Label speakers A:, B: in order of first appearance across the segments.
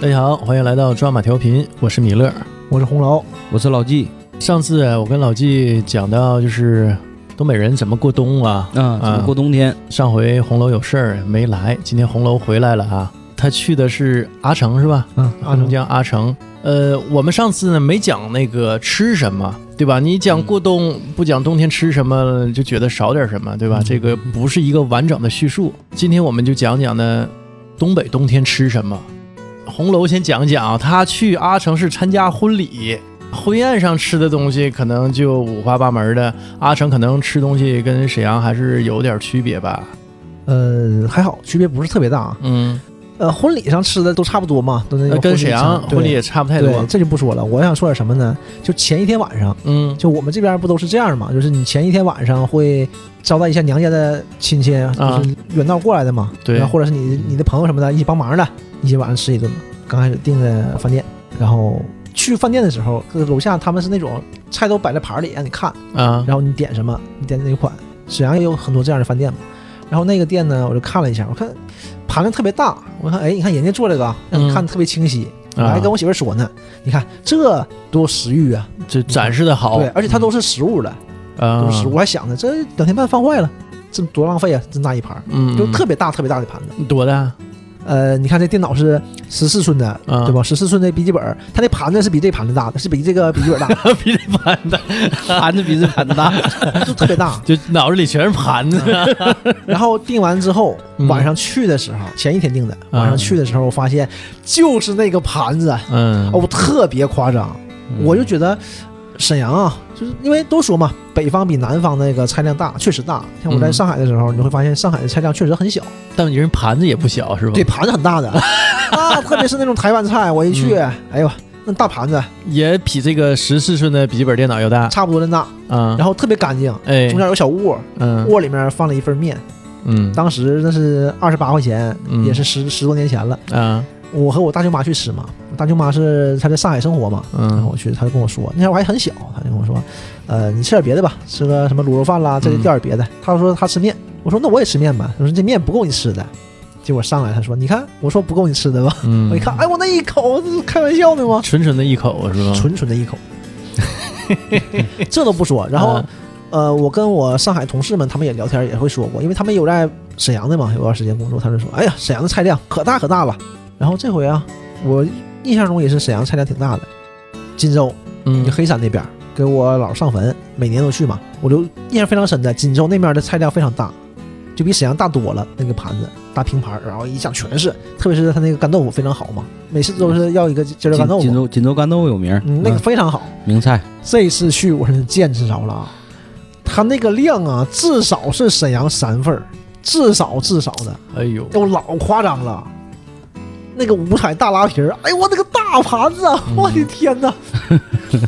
A: 大家好，欢迎来到抓马调频，我是米勒。
B: 我是红楼，
C: 我是老纪，
A: 上次啊我跟老纪讲到就是东北人怎么过冬啊，
C: 啊，怎么过冬天？
A: 上回红楼有事儿没来，今天红楼回来了啊，他去的是阿城是吧？
B: 嗯，
A: 黑龙江阿城。呃，我们上次呢没讲那个吃什么，对吧？你讲过冬、不讲冬天吃什么，就觉得少点什么，对吧？
B: 嗯
A: 这个不是一个完整的叙述。今天我们就讲讲呢，东北冬天吃什么。红楼先讲讲啊，他去阿城是参加婚礼，婚宴上吃的东西可能就五花八门的。阿城可能吃东西跟沈阳还是有点区别吧。
B: 呃，还好，区别不是特别大啊。
A: 嗯，
B: 呃，婚礼上吃的都差不多嘛，都那
A: 那
B: 个
A: 呃跟沈
B: 礼
A: 阳
B: 上
A: 婚礼也差不太
B: 对对
A: 多。
B: 这就不说了。我想说点什么呢？就前一天晚上，
A: 嗯，
B: 就我们这边不都是这样嘛？就是你前一天晚上会招待一下娘家的亲戚，啊就是远道过来的嘛，
A: 啊对
B: 然后或者是你你的朋友什么的一起帮忙的，一起晚上吃一顿嘛。刚开始订的饭店，然后去饭店的时候，这个楼下他们是那种菜都摆在盘里让你看，
A: 啊，
B: 然后你点什么，你点哪款。沈阳也有很多这样的饭店嘛。然后那个店呢，我就看了一下，我看盘量特别大，我看哎，你看人家做这个啊，让
A: 嗯
B: 你看得特别清晰。我
A: 啊
B: 还跟我媳妇儿说呢，你看这多食欲啊！
A: 这展示的好，
B: 对，而且它都是实物的，
A: 啊，
B: 都是实物。我还想呢，这两天半放坏了，这多浪费啊！这么大一盘儿，
A: 嗯，
B: 就特别大、特别大的盘子。
A: 多大？
B: 呃，你看这电脑是十四寸的，
A: 啊
B: 对吧？十四寸的笔记本儿，它那盘子是比这盘子大的，是比这个笔记 本大的，
A: 比这盘大，
C: 盘子比这盘子大。
B: 就特别大。
A: 就脑子里全是盘子。
B: 然后订完之后
A: 嗯，
B: 晚上去的时候，前一天订的，
A: 嗯
B: 晚上去的时候，我发现就是那个盘子，
A: 嗯，
B: 哦，特别夸张。我就觉得沈阳啊，就是因为都说嘛，北方比南方那个菜量大，确实大。像我在
A: 嗯
B: 上海的时候，你会发现上海的菜量确实很小，
A: 但你人盘子也不小是吧？
B: 对，，盘子很大的啊，特别是那种台湾菜，我一去，
A: 嗯
B: 哎呦，那大盘子
A: 也比这个十四寸的笔记本电脑要大
B: 差不多那大，
A: 啊。
B: 然后特别干净，
A: 哎
B: 中，间有小窝，
A: 嗯
B: 窝里面放了一份面，
A: 嗯，
B: 当时那是二十八块钱，
A: 嗯
B: 也是十十多年前了。
A: 啊
B: 我和我大舅妈去吃嘛，我大舅妈是她在上海生活嘛，然后
A: 嗯
B: 我去，她就跟我说，那时候我还很小，她就跟我说，呃，你吃点别的吧，吃个什么卤肉饭啦，再
A: 嗯
B: 调点别的。她说她吃面，我说那我也吃面吧，她说这面不够你吃的，结果上来她说，你看，我说不够你吃的吧，
A: 嗯，
B: 我一看，哎，我那一口这是开玩笑呢吗？
A: 纯纯的一口是吧？
B: 纯纯的一口， 这都不说，然后。
A: 嗯
B: 呃，我跟我上海同事们，他们也聊天，也会说过，因为他们有在沈阳的嘛，有段时间工作，他们说，哎呀，沈阳的菜量可大可大了。然后这回啊，我印象中也是沈阳菜量挺大的。金州，就
A: 嗯
B: 黑山那边，给我姥上坟，每年都去嘛，我留印象非常深的。锦州那边的菜量非常大，就比沈阳大多了，那个盘子大拼盘儿，然后一下全是，特别是他那个干豆腐非常好嘛，每次都 是要一个尖儿干豆
C: 锦
B: 腐，
C: 州锦州干豆腐有名儿，
B: 嗯，那个
C: 啊
B: 非常好。
C: 名菜。
B: 这次去我是见识着了啊，他那个量啊，至少是沈阳三份儿，至少至少的，
A: 哎呦，
B: 哎呦，老夸张了。那个五彩大拉皮儿，哎呦我那个大盘子啊，
A: 嗯
B: 我的天 哪！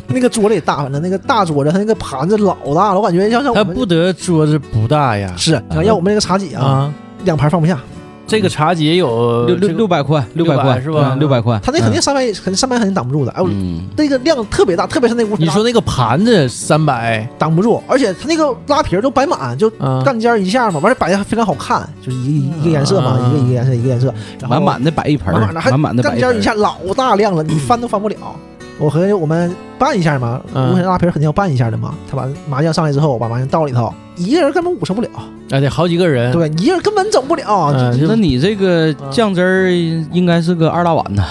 B: 那个桌子也大着呢，那个大桌子，它那个盘子老大了，我感觉像像我
A: 他
B: 们
A: 不得桌子不嗯大呀
B: 是像要我们那个茶几啊，
A: 啊！
B: 两盘放不下。
A: 这个茶几
B: 呃
A: 有
C: 六六
A: 这个
C: 六百块，六
A: 600
C: 块
A: 是吧
C: 嗯六百块。
B: 他那肯定
A: 嗯
B: 三百，肯定三百肯定挡不住的。哎呦，
C: 嗯，
B: 那个量特别大，特别是那屋
A: 你说那个盘子三百
B: 挡不住，而且他那个拉皮儿都摆满，就
C: 嗯
A: 啊，
B: 干尖儿一下嘛，完事儿摆的非常好看，就是一个一个颜色嘛，
A: 嗯
B: 一个一个颜色一个颜色，哎然后
C: 满满的摆一盆儿，
B: 满满的还
C: 满满的
B: 干
C: 摆一
B: 尖儿一
C: 盆
B: 下
C: 儿。
B: 老大量 了，你翻都翻不了。我合计我们拌一下嘛，
A: 嗯
B: 五彩拉皮儿肯定要拌一下的嘛。他把麻酱上来之后，把麻酱倒里头，一个人根本捂撑不了，
C: 嗯
A: 哎，得好几个人，
B: 对，一个人根本整不了。
A: 嗯，
C: 那
A: 就
C: 你这个
B: 啊
C: 酱汁儿应该是个二大碗呐，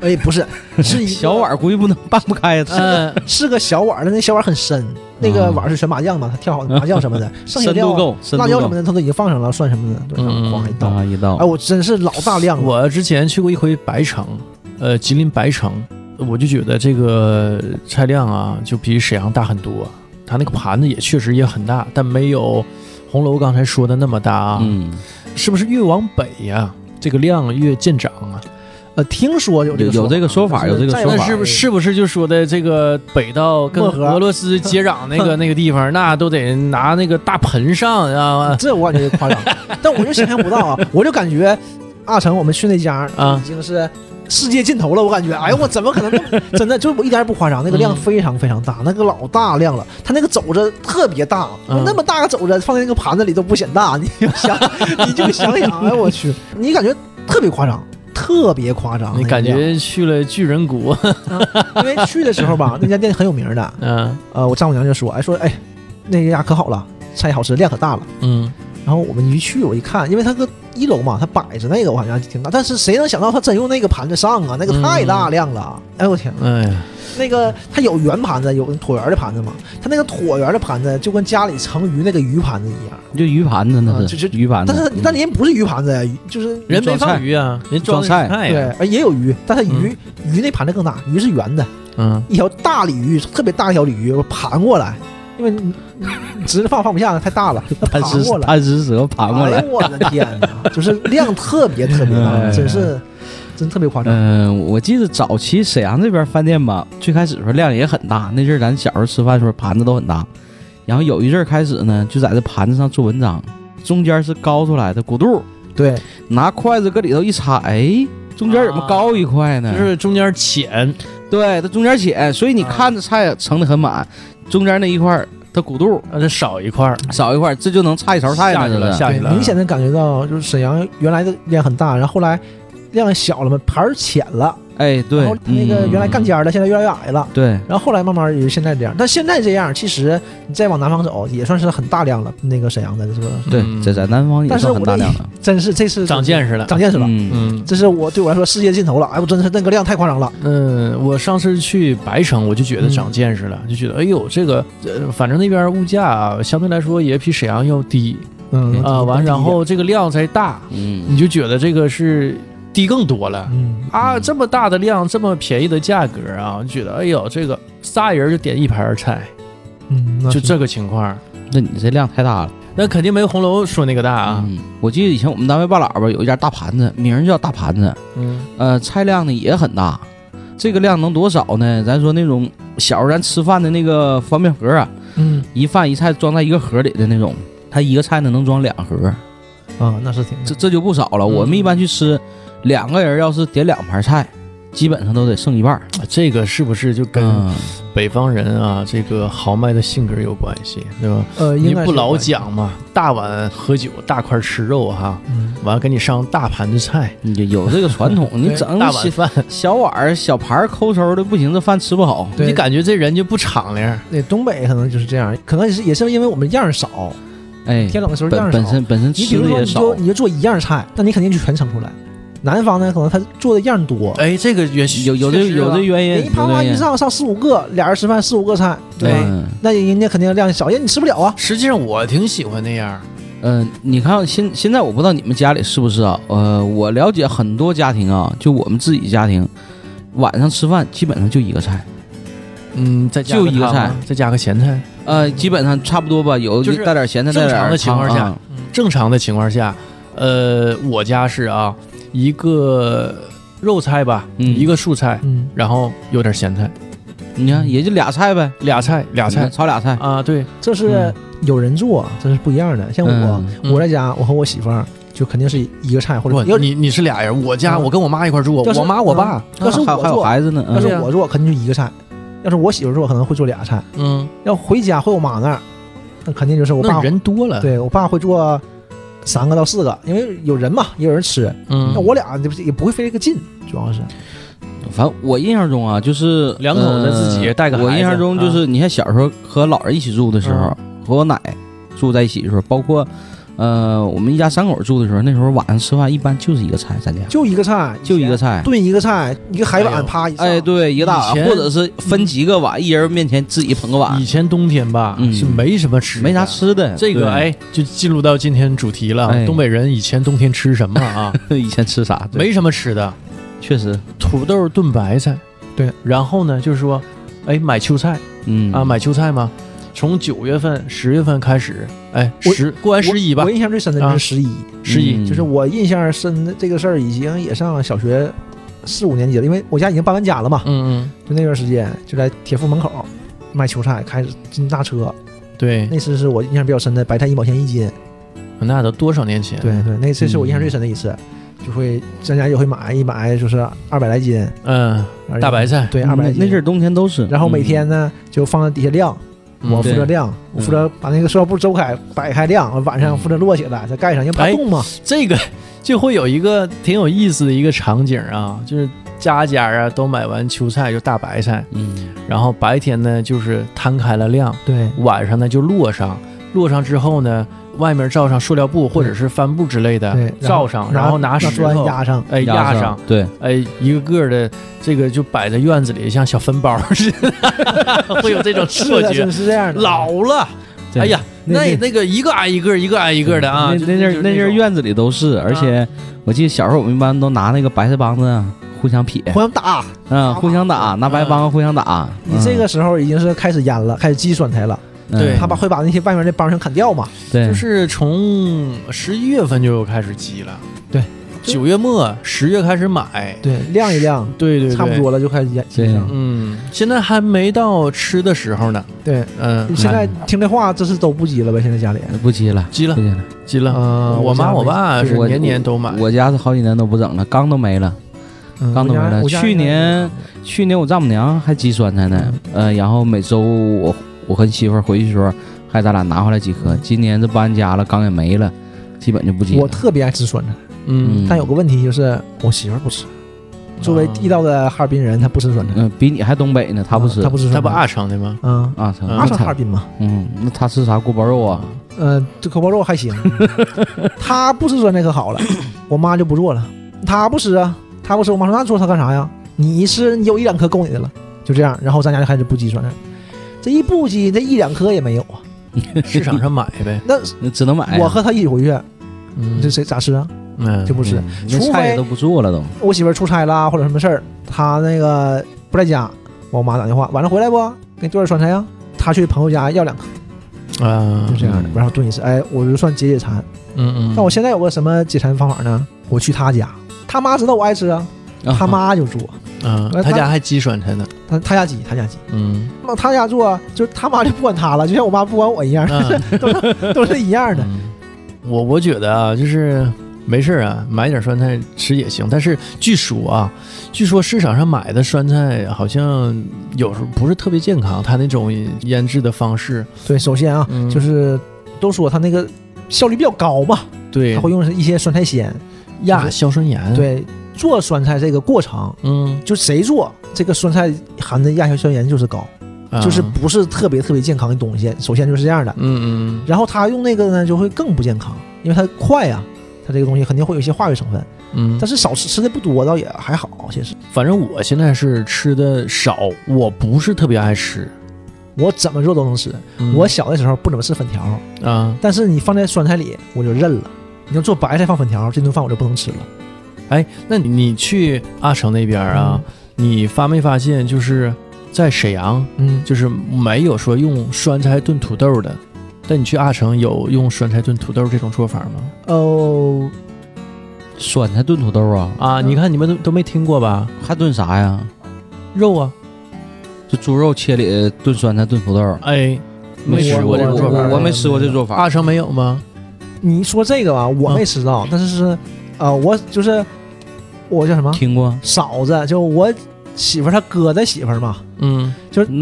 B: 哎，不是，是一 个
C: 小，碗儿估计不能拌不开。
A: 嗯
B: 是个小碗儿，但那小碗儿很深，那个碗儿是全麻酱嘛，他调好的麻酱什么 的，剩
C: 嗯
B: 下
C: 深
B: 料
C: 度
B: 啊
C: 够，深
B: 辣
C: 度
B: 椒什么
C: 够
B: 的，他都已经放上了，蒜什么的，对，
A: 嗯
B: 往一倒。
C: 啊！一
B: 哎，
C: 道
B: 我真是老大量了。
A: 我之前去过一回白城，呃，吉林白城，我就觉得这个菜量啊，就比沈阳大很多。它那个盘子也确实也很大，但没有红楼刚才说的那么大啊。
C: 嗯，
A: 是不是越往北呀、这个量越见长啊？
B: 呃，听说有这个
C: 有有这个说法有这个说法
A: 那
B: 但
A: 是不是不是就说的这个北到跟
B: 漠河
A: 俄罗斯接壤那个那个地方，那都得拿那个大盆上，啊你知道吗？
B: 这我感觉 夸张，但我就想象不到啊，我就感觉阿成我们去那家
A: 啊
B: 已经是世界尽头了，我感觉，哎呦我怎么可能 那么真的就是我一点也不夸张，那个量
A: 嗯
B: 非常非常大，那个老大量了，他那个肘子特别大，
A: 嗯
B: 那么大个肘子放在那 个盘子里都不显大，你就想你就想想，哎我去，你感觉特别夸张。特别夸张，
A: 你
B: 那个
A: 感
B: 量
A: 觉去了巨人谷，
B: 因为去的时候吧，那家店很有名的，
A: 嗯
B: 呃，我丈母娘就说，哎说哎，那家可好了，菜好吃，量可大了。
A: 嗯，
B: 然后我们一去，我一看，因为它搁一楼嘛，它摆着那个，我好像挺大，但是谁能想到他真用那个盘子上啊？那个太大量了！哎我天，
A: 哎呀，
B: 那个它有圆盘子，有椭圆的盘子嘛，它那个椭圆的盘子就跟家里盛鱼那个鱼盘子一样，
C: 就鱼盘子
B: 啊
C: 那
B: 就是
C: 鱼盘子
B: 但是，
C: 嗯
B: 但人不是鱼盘子，鱼就是
A: 人没
C: 装
A: 放
C: 菜
A: 鱼啊，人装的是
C: 装菜
A: 菜
B: 对
A: 呀，，
B: 哎也有鱼，但它鱼鱼那盘子更大，鱼是圆的，
A: 嗯
B: 一条大鲤鱼，特别大一条鲤鱼，我盘过来，因为你你你直着放放不下，太大了， 它
C: 嗯贪
B: 盘
C: 吃
B: 过来。
C: 贪吃蛇盘过
B: 哎
C: 来。
B: 呦我的天哪，就是量特别特别大，
C: 哎
B: 真是真特别夸张。
C: 嗯，我记得早期沈阳这边饭店吧，最开始时候量也很大。那阵儿咱小时候吃饭的时候盘子都很大，然后有一阵儿开始呢，就在这盘子上做文章，中间是高出来的骨肚，
B: 对，
C: 拿筷子搁里头一插，哎，中间怎么高一块呢？
B: 嗯
A: 就是中间浅，
C: 对，它中间浅，所以你
A: 啊
C: 看着菜盛的很满，中间那一块儿它骨肚
A: 啊这少一块儿，
C: 少一块儿，这就能差一勺菜
A: 下去了，
C: 呢。
A: 下去
B: 对，
A: 了，
B: 明显的感觉到就是沈阳原来的量很大，然后后来量小了嘛，盘儿浅了，
C: 哎，对
B: 然后，它那个
C: 嗯
B: 原来干尖儿的，现在越来越矮了。
C: 对，
B: 然后后来慢慢也是现在这样，但现在这样，其实你再往南方走也算是很大量了。那个沈阳的，是不是？
C: 对，
A: 嗯
C: 在在南方也
B: 但是
C: 算很
B: 我
C: 大
B: 的
C: 量的，
B: 真是这次
A: 长见识了，
B: 长见识了，
C: 嗯
A: 嗯
B: 这是我对我来说世界尽头了。哎，我真是那个量太夸张了。
A: 嗯，我上次去白城，我就觉得长见识了，就觉得哎呦，这个呃，反正那边物价、啊、相对来说也比沈阳要低
B: 嗯
A: 啊，完、然后这个量才大，你
C: 嗯，
A: 就觉得这个是低更多了。
B: 嗯，
A: 啊，
C: 嗯
A: 这么大的量，这么便宜的价格啊，就觉得哎呦，这个仨人就点一盘菜，
B: 嗯，那
A: 就是这个情况，
C: 嗯那你这量太大了
A: 那肯定没红楼说那个大啊。
C: 嗯！我记得以前我们单位半喇叭有一家大盘子，名儿叫大盘子，
A: 嗯
C: 呃，菜量呢也很大，这个量能多少呢？咱说那种小时候咱吃饭的那个方便盒啊，
B: 嗯
C: 一饭一菜装在一个盒里的那种，它一个菜呢能装两盒，
B: 啊，那是挺
C: 这这就不少了。
A: 嗯
C: 我们一般去吃，两个人要是点两盘菜，基本上都得剩一半儿。
A: 啊这个是不是就
B: 哎
A: 跟
C: 嗯，
A: 北方人啊这个豪迈的性格有关系，对吧？
B: 呃，
A: 你
B: 应该
A: 不
B: 是
A: 老
B: 有关系，
A: 讲嘛，大碗喝酒，大块吃肉哈，
B: 嗯，
A: 完了给你上大盘子菜，
C: 你就嗯有这个传 统，你整
A: 大
C: 小
A: 碗饭，
C: 小碗儿、小盘儿抠搜的不行，这饭吃不好。
B: 对
A: 你感觉这人就不敞亮，
B: 那东北可能就是这样，可能也是也是因为我们样儿少，
C: 哎，
B: 天冷的时候
C: 本
B: 样儿
C: 本
B: 少，
C: 身本身
B: 你比
C: 吃
B: 如
C: 的
B: 说
C: 也
B: 你
C: 少，
B: 就你就做一样菜，那你肯定就全盛出来。南方呢，可能他做的样儿多，
A: 哎，这个也许
C: 有有这
A: 确实
C: 有
A: 啊
C: 这原因，
B: 人一啪
C: 有
B: 啪
C: 这原
B: 一
C: 因
B: 上上四五个，俩人吃饭四五个菜，对吧？
C: 嗯
B: 那人家肯定量小，人家你吃不了啊。
A: 实际上我挺喜欢那样，
C: 嗯，你看现现在我不知道你们家里是不是啊？呃，我了解很多家庭啊，就我们自己家庭，晚上吃饭基本上就一个菜，
A: 嗯，再加
C: 就一个
A: 汤啊，再加个咸菜。
C: 呃，基本上差不多吧，有
A: 就是
C: 带点咸菜，带
A: 正
C: 点
A: 常的情
C: 汤
A: 况下
C: 啊
A: 正常的情况下，呃，我家是啊，一个肉菜吧，
C: 嗯
A: 一个素菜，
B: 嗯，
A: 然后有点咸菜，
C: 你看也就俩菜呗，
A: 俩菜俩
C: 你看
A: 菜
C: 炒俩菜，
A: 啊，对，
B: 这是有人做，这是不一样的。像我，
C: 嗯
A: 嗯
B: 我在家，我和我媳妇儿就肯定是一个菜，或
A: 不
B: 者，要
A: 你你是俩人，我家
B: 嗯
A: 我跟我妈一块儿住，
B: 要是嗯
A: 我妈我爸，啊
B: 要是
C: 还
B: 我
C: 还有
B: 做，
C: 孩子呢，
B: 要
C: 嗯
B: 是
A: 对啊
B: 我做，肯定就一个菜；要是我媳妇儿做，可能会做俩菜。
A: 嗯，
B: 要回家回我妈那儿，那肯定就是我爸
A: 那人多了，，
B: 对我爸会做三个到四个，因为有人嘛，也有人吃。
A: 嗯
B: 那，我俩这不是也不会费这个劲，主要是
C: 反正我印象中啊，就是
A: 两口子自己
C: 呃
A: 带个孩子啊嗯
C: 我印象中就是，你看小时候和老人一起住的时候，和我奶住在一起的时候，包括呃我们一家三口住的时候，那时候晚上吃饭一般就是一个菜，咱家
B: 就一个菜，
C: 就一个菜。
B: 炖一个菜，一个海
A: 哎呦
B: 碗啪一上
C: 哎，，对，一个大
A: 以
C: 碗，
A: 前
C: 或者是分几个碗，一人面前自己捧个碗
A: 以，前冬天吧
C: 嗯
A: 是没什么吃，
C: 没啥。吃的。
A: 这个
C: 对，
A: 哎，就进入到今天主题了。啊
C: 哎
A: 东北人以前冬天吃什么啊？
C: 以前吃啥？ 对，
A: 没什么吃的，
C: 确实，
A: 土豆炖白菜。
B: 对，
A: 然后呢，就是说，哎，买秋菜，
C: 嗯
A: 啊，买秋菜吗？从九月份、十月份开始，哎，
B: 我
A: 十过完十一吧
B: 我，印象最深的
A: 啊
B: 就是十一，
A: 十一
C: 嗯
B: 就是我印象深的这个事儿已经也上小学四五年级了，因为我家已经搬完家了嘛，
A: 嗯
B: 就那段时间就在铁库门口卖秋菜，开始进大车。
A: 嗯，对，
B: 那次是我印象比较深的，白菜一毛钱一斤。
A: 那都多少年前？
B: 对，对，那次是我印象
A: 嗯
B: 最深的一次，就会咱家也会买，一买就是二百来斤，
A: 嗯，
B: 而
A: 大白菜，
B: 对
C: 那
B: 二百来
C: 那阵
B: 斤。
C: 儿冬天都是。
B: 然后每
C: 嗯
B: 天呢就放在底下晾，
A: 嗯
B: 我负
C: 对
B: 责晾，我负责把那个塑料布周开摆开晾，晚上负责摞起来再盖上，因为怕
A: 嗯哎
B: 冻嘛。
A: 这个就会有一个挺有意思的一个场景啊，就是家家啊都买完秋菜，就大白菜，
C: 嗯，
A: 然后白天呢就是摊开了晾，
B: 对，
A: 晚上呢就摞上，摞上之后呢，外面罩上塑料布或者是帆布之类
B: 对
A: 的
B: 然后
A: 罩上，然后拿石
B: 砖
A: 头
B: 压上，
A: 哎压上，，
C: 对，
A: 哎一个个的这个就摆在院子里，像小分包似的， 会有这种
B: 是
A: 错
B: 的，
A: 觉
B: 真。是这样的。
A: 老了，
C: 对
A: 哎呀，
C: 那
A: 那那个一个挨一个，一个挨一个的啊，
C: 那
A: 就
C: 那阵儿那阵儿，院子里都是，而
A: 啊
C: 且我记得小时候我们一般都拿那个白菜帮子啊互相撇，
B: 互相打，
C: 嗯，互相打，拿白帮子互相打。啊
B: 你这个时候已经是开始淹了，开始击穿它了。
C: 嗯
A: 嗯对
B: 他把会把那些外面的帮全砍掉嘛？
C: 对
A: 就，是从十一月份就开始积了，
B: 对，
A: 九月末十月开始买，
B: 对，晾一晾，
A: 对对对，
B: 差不，多了就开始淹
C: 对
B: 积上。
A: 嗯，现在还没到吃的时候呢，
B: 对，
A: 嗯，
B: 现在听这话，这是都不积了呗？现在家里，
C: 不急了，
A: 积
C: 不
A: 了
C: 急了。
A: 积了，
B: 呃，
A: 嗯我妈我爸是
C: 嗯我
A: 年年都买，
C: 我家是好几年都不整了，缸都没了。
B: 嗯
C: 刚
B: 我
C: 弄回
B: 家
C: 来
B: 我家
C: 去
B: 应该
C: 年去年我丈母娘还寄酸菜呢，
B: 嗯
C: 呃，然后每周我我跟媳妇儿回去的时候，还咱俩拿回来几颗。今年这搬家了，缸也没了，基本就不寄
B: 嗯我
C: 了。
B: 特别爱吃酸菜，
A: 嗯
C: 嗯
B: 但有个问题就是我媳妇儿不吃。作为地道的哈尔滨人，她不吃酸菜，
C: 嗯，比你还东北呢，他不吃
B: 她。不吃酸菜，
A: 他不阿城的吗？
B: 嗯，
C: 啊，操！
A: 嗯
B: 阿
C: 那
B: 城哈尔
C: 他
B: 滨嘛，
C: 嗯，那他吃啥锅包 肉啊？
B: 嗯，这口包肉还 行，她不吃酸菜可好了，我妈就不做了，她不吃啊，她不吃，我妈说那做它干啥呀？你一吃你有一两颗够你的了，就这样，然后咱家就开始不积酸菜，这一不积，这一两颗也没有啊，
A: 市场上买呗，
B: 那
C: 那 只能哎买呀。啊
B: 我和她一起回去，
A: 嗯
B: 这谁咋吃啊？
A: 嗯
B: 就不吃
C: 嗯，那
B: 除
C: 菜
B: 非
C: 也都不做了都。
B: 我媳妇儿出差啦或者什么事儿，她那个不在家，我妈打电话，晚上回来不？给你做点酸菜呀。啊她去朋友家要两颗，
A: 啊
B: 就，这样的，
C: 嗯
B: 然后炖一次。哎，我就算解解馋。
A: 嗯嗯，
B: 但我现在有个什么解馋方法呢？我去她家，她妈知道我爱吃啊，她妈就做，
A: 嗯，
B: 那
A: 他家还鸡酸菜呢，
B: 她她家鸡，她家鸡。
A: 嗯，
B: 那她家做，啊就是她妈就不管她了，就像我妈不管我一样，
A: 嗯
B: 都是一样的。
A: 嗯我我觉得啊，就是没事儿啊，买点酸菜吃也行。但是据说啊，据说市场上买的酸菜好像有时候不是特别健康，它那种腌制的方式，
B: 对，首先啊，
A: 嗯
B: 就是都说她那个效率比较高嘛，
A: 对
B: 她嗯会用一些酸菜鲜。
A: 亚硝酸盐，，
B: 对，做酸菜这个过程。
A: 嗯，
B: 就谁做这个酸菜含的亚硝酸盐就是高，
A: 啊
B: 就是不是特别特别健康的东西。首先就是这样的，
A: 嗯嗯
B: 然后他用那个呢就会更不健康，因为它快呀、它这个东西肯定会有一些化学成分，
A: 嗯，
B: 但是少吃吃的不多倒也还好。其实
A: 反正我现在是吃的少，我不是特别爱吃。
B: 我怎么做都能吃。
A: 嗯
B: 我小的时候不怎么吃粉条，
A: 啊，
B: 但是你放在酸菜里我就认了。你要做白菜放粉条，这顿饭我就不能吃了。
A: 哎，那你你去阿城那边啊，你发没发现就是在沈阳？
B: 嗯，
A: 就是没有说用酸菜炖土豆的。但你去阿城有用酸菜炖土豆这种做法吗？
B: 哦，
C: 酸菜炖土豆啊，
A: 啊，
B: 嗯
A: 你看你们都都没听过吧？
C: 还炖啥呀？
A: 肉啊，
C: 就猪肉切里呃炖酸菜炖土豆。
A: 哎，
B: 没
A: 没吃
B: 我
A: 过这种做
B: 我
A: 法。
C: 我没吃过这做
B: 啊
C: 法。
A: 阿城没有吗？
B: 你说这个吧，啊我没吃
A: 嗯
B: 到，但是是，啊、我就是我叫什么？
C: 听过，
B: 嫂子，就我媳妇儿她哥的媳妇儿嘛，
A: 嗯，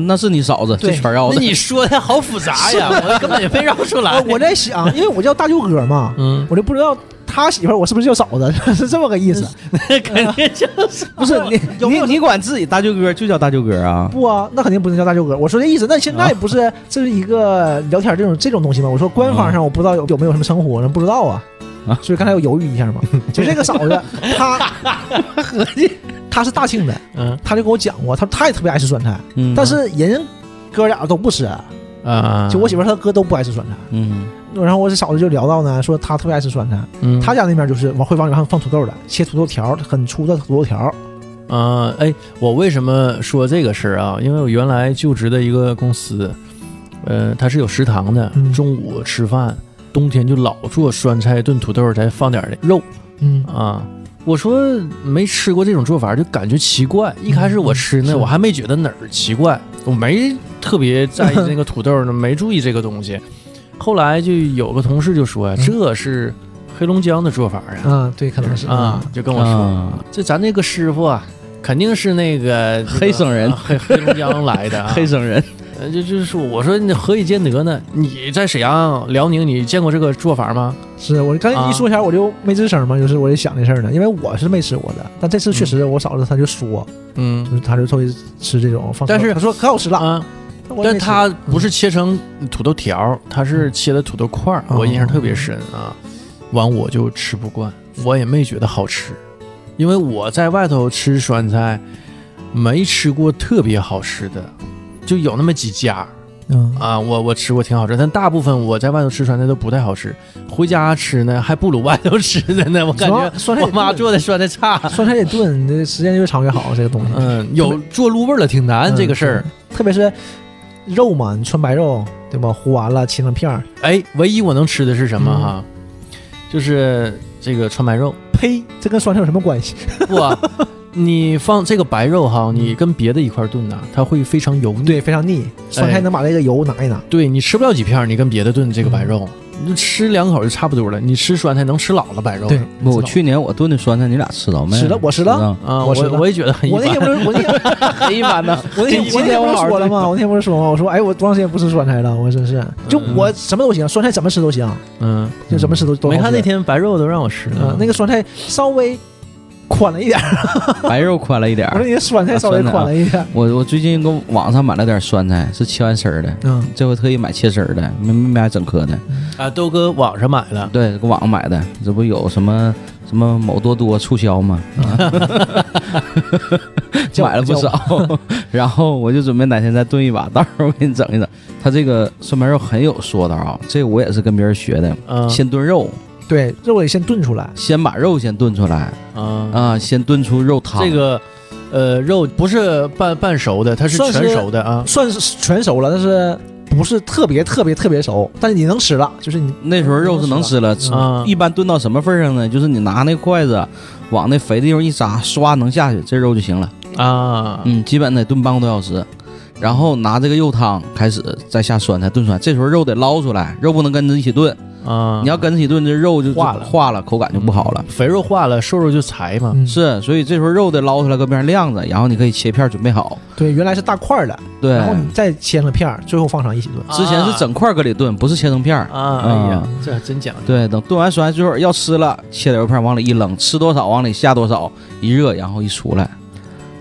C: 那是你嫂子，这
B: 对
C: 全要的。
A: 你说的好复杂呀， 我 根本也没绕出
B: 啊、我在想，因为我叫大舅哥嘛，
A: 嗯，
B: 我就不知道他媳妇儿我是不是叫嫂子， 是这么个意思。嗯
A: 肯定就是
B: 不是你
C: 你你管自己大舅哥就叫大舅哥啊？
B: 不啊，那肯定不能叫大舅哥。我说这意思，那现在不是这是一个聊天这种这种东西吗？我说官方上我不知道有有没有什么称呼，不知道啊
C: 啊。
B: 所以刚才我犹豫一下嘛，就这个嫂子，她合计她是大庆的，
A: 嗯，
B: 她就跟我讲过，她她也特别爱吃酸菜，
C: 嗯，
B: 但是人哥俩都不吃，
A: 啊，
B: 就我媳妇儿她哥都不爱吃酸菜。
C: 嗯，
B: 然后我这嫂子就聊到呢，说她特别爱吃酸菜，
A: 嗯，
B: 她家那边就是往会往里放放土豆的，切土豆条，很粗的土豆条。
A: 啊，哎，我为什么说这个事儿啊？因为我原来就职的一个公司，呃，它是有食堂的
B: 嗯，
A: 中午吃饭，冬天就老做酸菜炖土豆，再放点儿肉
B: 嗯，
A: 啊。我说没吃过这种做法，就感觉奇怪。一开始我吃呢，
B: 是
A: 我还没觉得哪儿奇怪，我没特别在意那个土豆呢，没注意这个东西。后来就有个同事就说：“这是黑龙江的做法呀。”
B: 啊，对，可能是
A: 啊，，就跟我说
C: 啊，
A: 这咱那个师傅啊，肯定是那个
C: 黑省人
A: 这个黑黑龙江来的啊
C: ，黑省人
A: 呃，就就是说，我说你何以兼得呢？你在沈阳、辽宁，你见过这个做法吗？
B: 是我刚才一说前我就没吱声嘛，就是我就想这事儿呢，因为我是没吃过的，但这次确实我嫂子她就说，
A: 嗯
B: 就是她就特别吃这种放
A: 但是
B: 她说可好吃了，
A: 啊，
B: 我也
A: 但
B: 没吃
A: 它不是切成土豆条儿，它是切的土豆块儿，
B: 嗯
A: 我印象特别深啊。完我就吃不惯，我也没觉得好吃，因为我在外头吃酸菜，没吃过特别好吃的，就有那么几家
B: 嗯
A: 啊，我我吃过挺好吃，但大部分我在外头吃酸菜都不太好吃，回家吃呢还不如外头吃的呢，我感觉
B: 酸菜嗯
A: 我妈做的酸菜差。
B: 酸菜也炖，这时间越长越好，这个东西。
A: 嗯，有做入味儿了挺难、
B: 嗯
A: 这个事儿。
B: 特别是肉嘛，你穿白肉对吧？烀完了切成片儿，
A: 哎，唯一我能吃的是什
B: 嗯
A: 么哈？就是这个川白 肉。
B: 呸，这跟酸菜有什么关系？
A: 不啊，你放这个白肉哈，你跟别的一块儿炖呐、它会非常油腻。
B: 对，非常腻。酸
A: 哎
B: 菜能把这个油拿一拿，
A: 对你吃不了几片儿，你跟别的炖这个白肉，你就吃两口就差不多了。你吃酸菜能吃老了白肉。
B: 嗯对
A: 啊、，
C: 不我去年我炖的酸菜，你俩吃着没？
B: 吃了我吃了
C: 了。
B: 我
A: 啊我
B: 吃了
A: 也觉得很一
B: 我那
A: 般
B: 天。不是我那天
C: 很一般呢。
B: 我那天我那啊天不是说了吗？我那天不是说吗？我说哎，我多长时间不吃酸菜了？我真是，就
A: 嗯
B: 我什么都行，酸菜怎么吃都行，
A: 嗯，
B: 就怎么吃都都好
A: 没
B: 吃。
A: 看那天白肉都让我吃了。
B: 嗯，那个酸菜稍微宽了一点儿，
C: 白肉宽了一点儿
B: 我说。你的酸菜稍微宽了一点儿。
C: 我我最近搁网上买了点酸菜，是切完丝儿的，
B: 嗯，
C: 这回特意买切丝儿的，没没买整颗的。
A: 啊，都搁网上买了。
C: 对，搁网上买的，这不有什么什么某多多促销吗？
B: 叫
C: 买了不
B: 叫
C: 少， 然后我就准备哪天再炖一把，到时候我给你整一整。它这个酸白肉很有说道啊，这个我也是跟别人学的，
B: 啊
A: 嗯
C: 先炖肉，
B: 对，肉得先炖出来，
C: 先把肉先炖出来
A: 嗯
C: 啊，先炖出肉汤。
A: 这个呃肉不是半半熟的，它是
B: 算是
A: 全熟的啊。
B: 算是全熟了，但是不是特别特别特别熟，但是你能吃了，就是你
C: 那时候肉是能吃了，
B: 嗯
A: 啊，
C: 一般炖到什么份儿上呢？就是你拿那筷子往那肥的地方一扎，唰能下去，这肉就行了。
A: 啊，
C: 嗯，基本得炖半个多小时，然后拿这个肉汤开始再下酸菜炖酸菜。这时候肉得捞出来，肉不能跟着一起炖，
A: 啊，
C: 你要跟着一起炖，这肉就
B: 化了
C: 化了，口感就不好了。
A: 肥肉化了，瘦肉就柴嘛。
B: 嗯
C: 是，所以这时候肉得捞出来搁边上晾着，然后你可以切片儿准备好。
B: 对，原来是大块儿的，
C: 对，
B: 然后你啊再切成片儿，最后放上一起炖。
C: 之前是整块儿搁里炖，不是切成片儿。
A: 嗯啊，哎呀，这还真讲究。
C: 对，等炖完酸菜，最后要吃了，切点肉片儿往里一扔，吃多少往里下多少，一热然后一出来，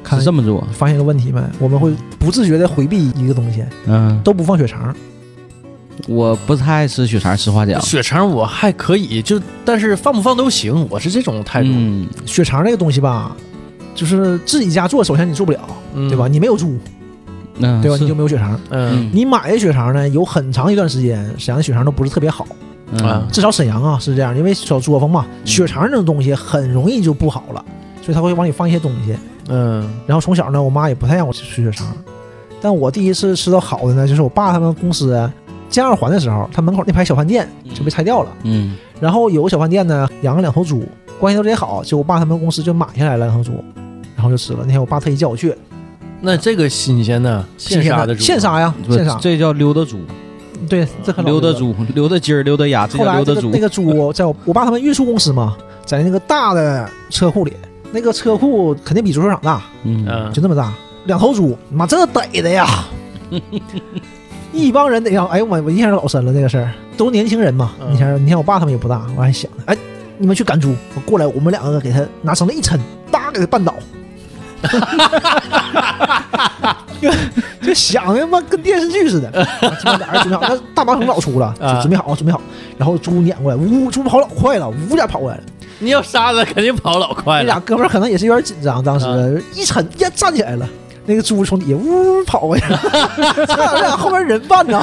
B: 看
C: 是这么做。
B: 发现一个问题没？我们会不自觉的回避一个东西，
C: 嗯，
B: 都不放血肠。
C: 我不太爱吃血肠，吃花甲。
A: 血肠我还可以，就但是放不放都行，我是这种态度，
C: 嗯，
B: 血肠这个东西吧，就是自己家做，首先你做不了，
A: 嗯
B: 对吧？？你没有猪，
C: 嗯，
B: 对吧？
C: 是
B: 你就没有血肠。
A: 嗯
B: 你买的血肠呢，有很长一段时间，沈阳的血肠都不是特别好，
C: 嗯
A: 啊
B: 至少沈阳啊是这样，因为小作坊嘛，血肠这种东西很容易就不好了，所以他会往里放一些东西。
A: 嗯
B: 然后从小呢，我妈也不太让我吃血肠，但我第一次吃到好的呢，就是我爸他们公司建二环的时候，他门口那排小饭店就被拆掉了，
C: 嗯
B: 然后有个小饭店呢养了两头猪，关系都贼好，就我爸他们公司就买下来了两头猪，然后就吃了。那天我爸特意叫我去，
A: 那这个新鲜的现
B: 现
A: 杀的
B: 的
A: 猪
B: 现杀呀，
C: 啊不
B: 现杀，
C: 这叫溜达猪，
B: 对，这可老
C: 溜达
B: 了。
C: 猪，溜达鸡儿，溜达鸭，这
B: 后
C: 叫
B: 来
C: 溜
B: 这
C: 达
B: 个
C: 猪
B: 那。个猪在我我爸他们运输公司嘛，在那个大的车库里，那个车库肯定比足球场大，
C: 嗯，
A: 嗯
B: 就那么大，两头猪，妈这逮的呀！一帮人得让，哎呦我我印象老深了这个事儿，都年轻人嘛。
A: 嗯
B: 你想，你看我爸他们也不大，我还想，哎，你们去赶猪，我过来，我们两个给他拿绳子一抻，叭给他绊倒。 就想他妈跟电视剧似的，啊这俩人准备好，那大麻绳老粗了，
A: 啊
B: 就准备好，准备好，然后猪撵过来，呜，猪跑老快了，呜点跑过来了。
A: 你要杀了肯定跑老快
B: 那俩
A: 了。
B: 哥们儿可能也是有点紧张，当时、
A: 啊
B: 一抻呀站起来了，那个猪从底下呜跑过去了， 差点让后边人绊着。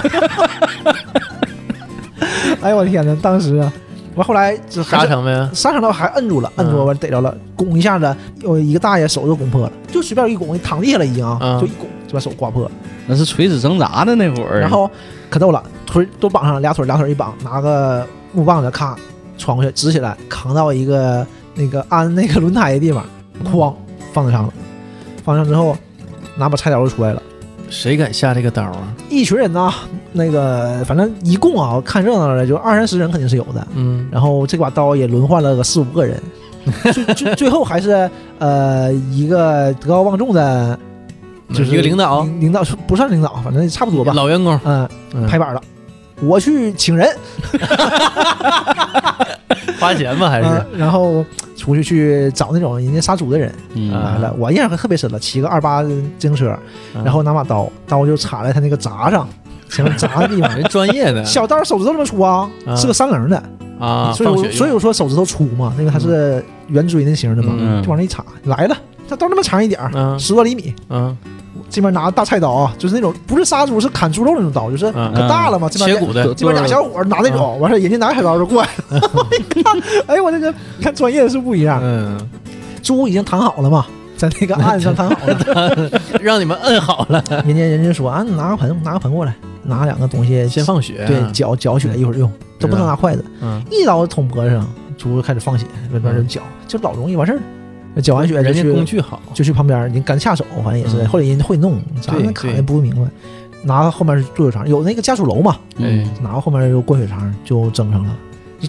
B: 哎呦我天哪！当时啊，我后来就还
A: 杀
B: 是
A: 成没？
B: 沙场到还摁住了，摁住
A: 嗯
B: 我逮着了，拱一下子，有一个大爷手就拱破了，就随便一拱，躺地下了已经啊，
A: 嗯
B: 就一拱就把手刮破了。
C: 那是垂死挣扎的那会儿。
B: 然
A: 哎
B: 后可逗了，腿都绑上了，俩腿俩腿一绑，拿个木棒子咔穿过去，直起来，扛到一个那个安那个轮胎的地方，哐放在上了，放上之后拿把菜刀就出来了。
A: 谁敢下这个刀啊？
B: 一群人呐，那个反正一共啊，看热闹的就二三十人肯定是有的。
A: 嗯
B: 然后这把刀也轮换了个四五个 人，最最最后还是呃一个德高望重的就
A: 嗯
B: 是
A: 一个领导，
B: 领导不算领导，反正差不多吧。
A: 哦老员工，
B: 嗯，
A: 嗯
B: 拍板了，我去请人，
A: 花钱吧还是？
B: 嗯然后出去去找那种人家杀猪的人
C: 嗯
A: 啊
B: 来了。我印象可特别深了，骑个二八自行车，
A: 嗯
B: 然后拿把刀，刀就插在他那个闸上，前面闸的 地方。
A: 人专业的
B: 小刀手指头这么粗啊，
A: 嗯
B: 是个三棱的，
A: 啊，
B: 所以
A: 放
B: 我
A: 血
B: 所以我说手指头粗嘛，那个它是圆锥那型的嘛，
A: 嗯
B: 就往那一插，来了，它刀那么长一点儿，
A: 嗯
B: 十多厘米，
A: 嗯
B: 这边拿大菜刀啊，就是那种不是杀猪是砍猪肉那种刀，就是
A: 嗯
B: 可大了嘛，这边
A: 切骨的，
B: 这边俩小伙儿拿那种，完事儿人家拿小刀就过来了， 一看，哎我这个你看专业的是不一样，
A: 嗯，
B: 猪已经躺好了嘛，在那个岸上躺好了，
A: 让你们摁好了，
B: 人家人家说啊，你拿个盆，拿个盆过来，拿两个东西
A: 先放血，
B: 对啊搅搅起来一会儿用，都不能拿筷子，
A: 嗯，
B: 一刀捅脖子上，猪就开始放血，里边就搅，就老容易完事儿了，搅完血就
A: 人家工
B: 去
A: 具好，
B: 就去旁边，人干下手，反正也是，
A: 嗯
B: 后来人会弄，咱
A: 对
B: 们看
A: 对
B: 也不明白，拿到后面做血肠，有那个家属楼嘛，
A: 哎
C: 嗯
B: 拿到后面就灌血肠就蒸上了。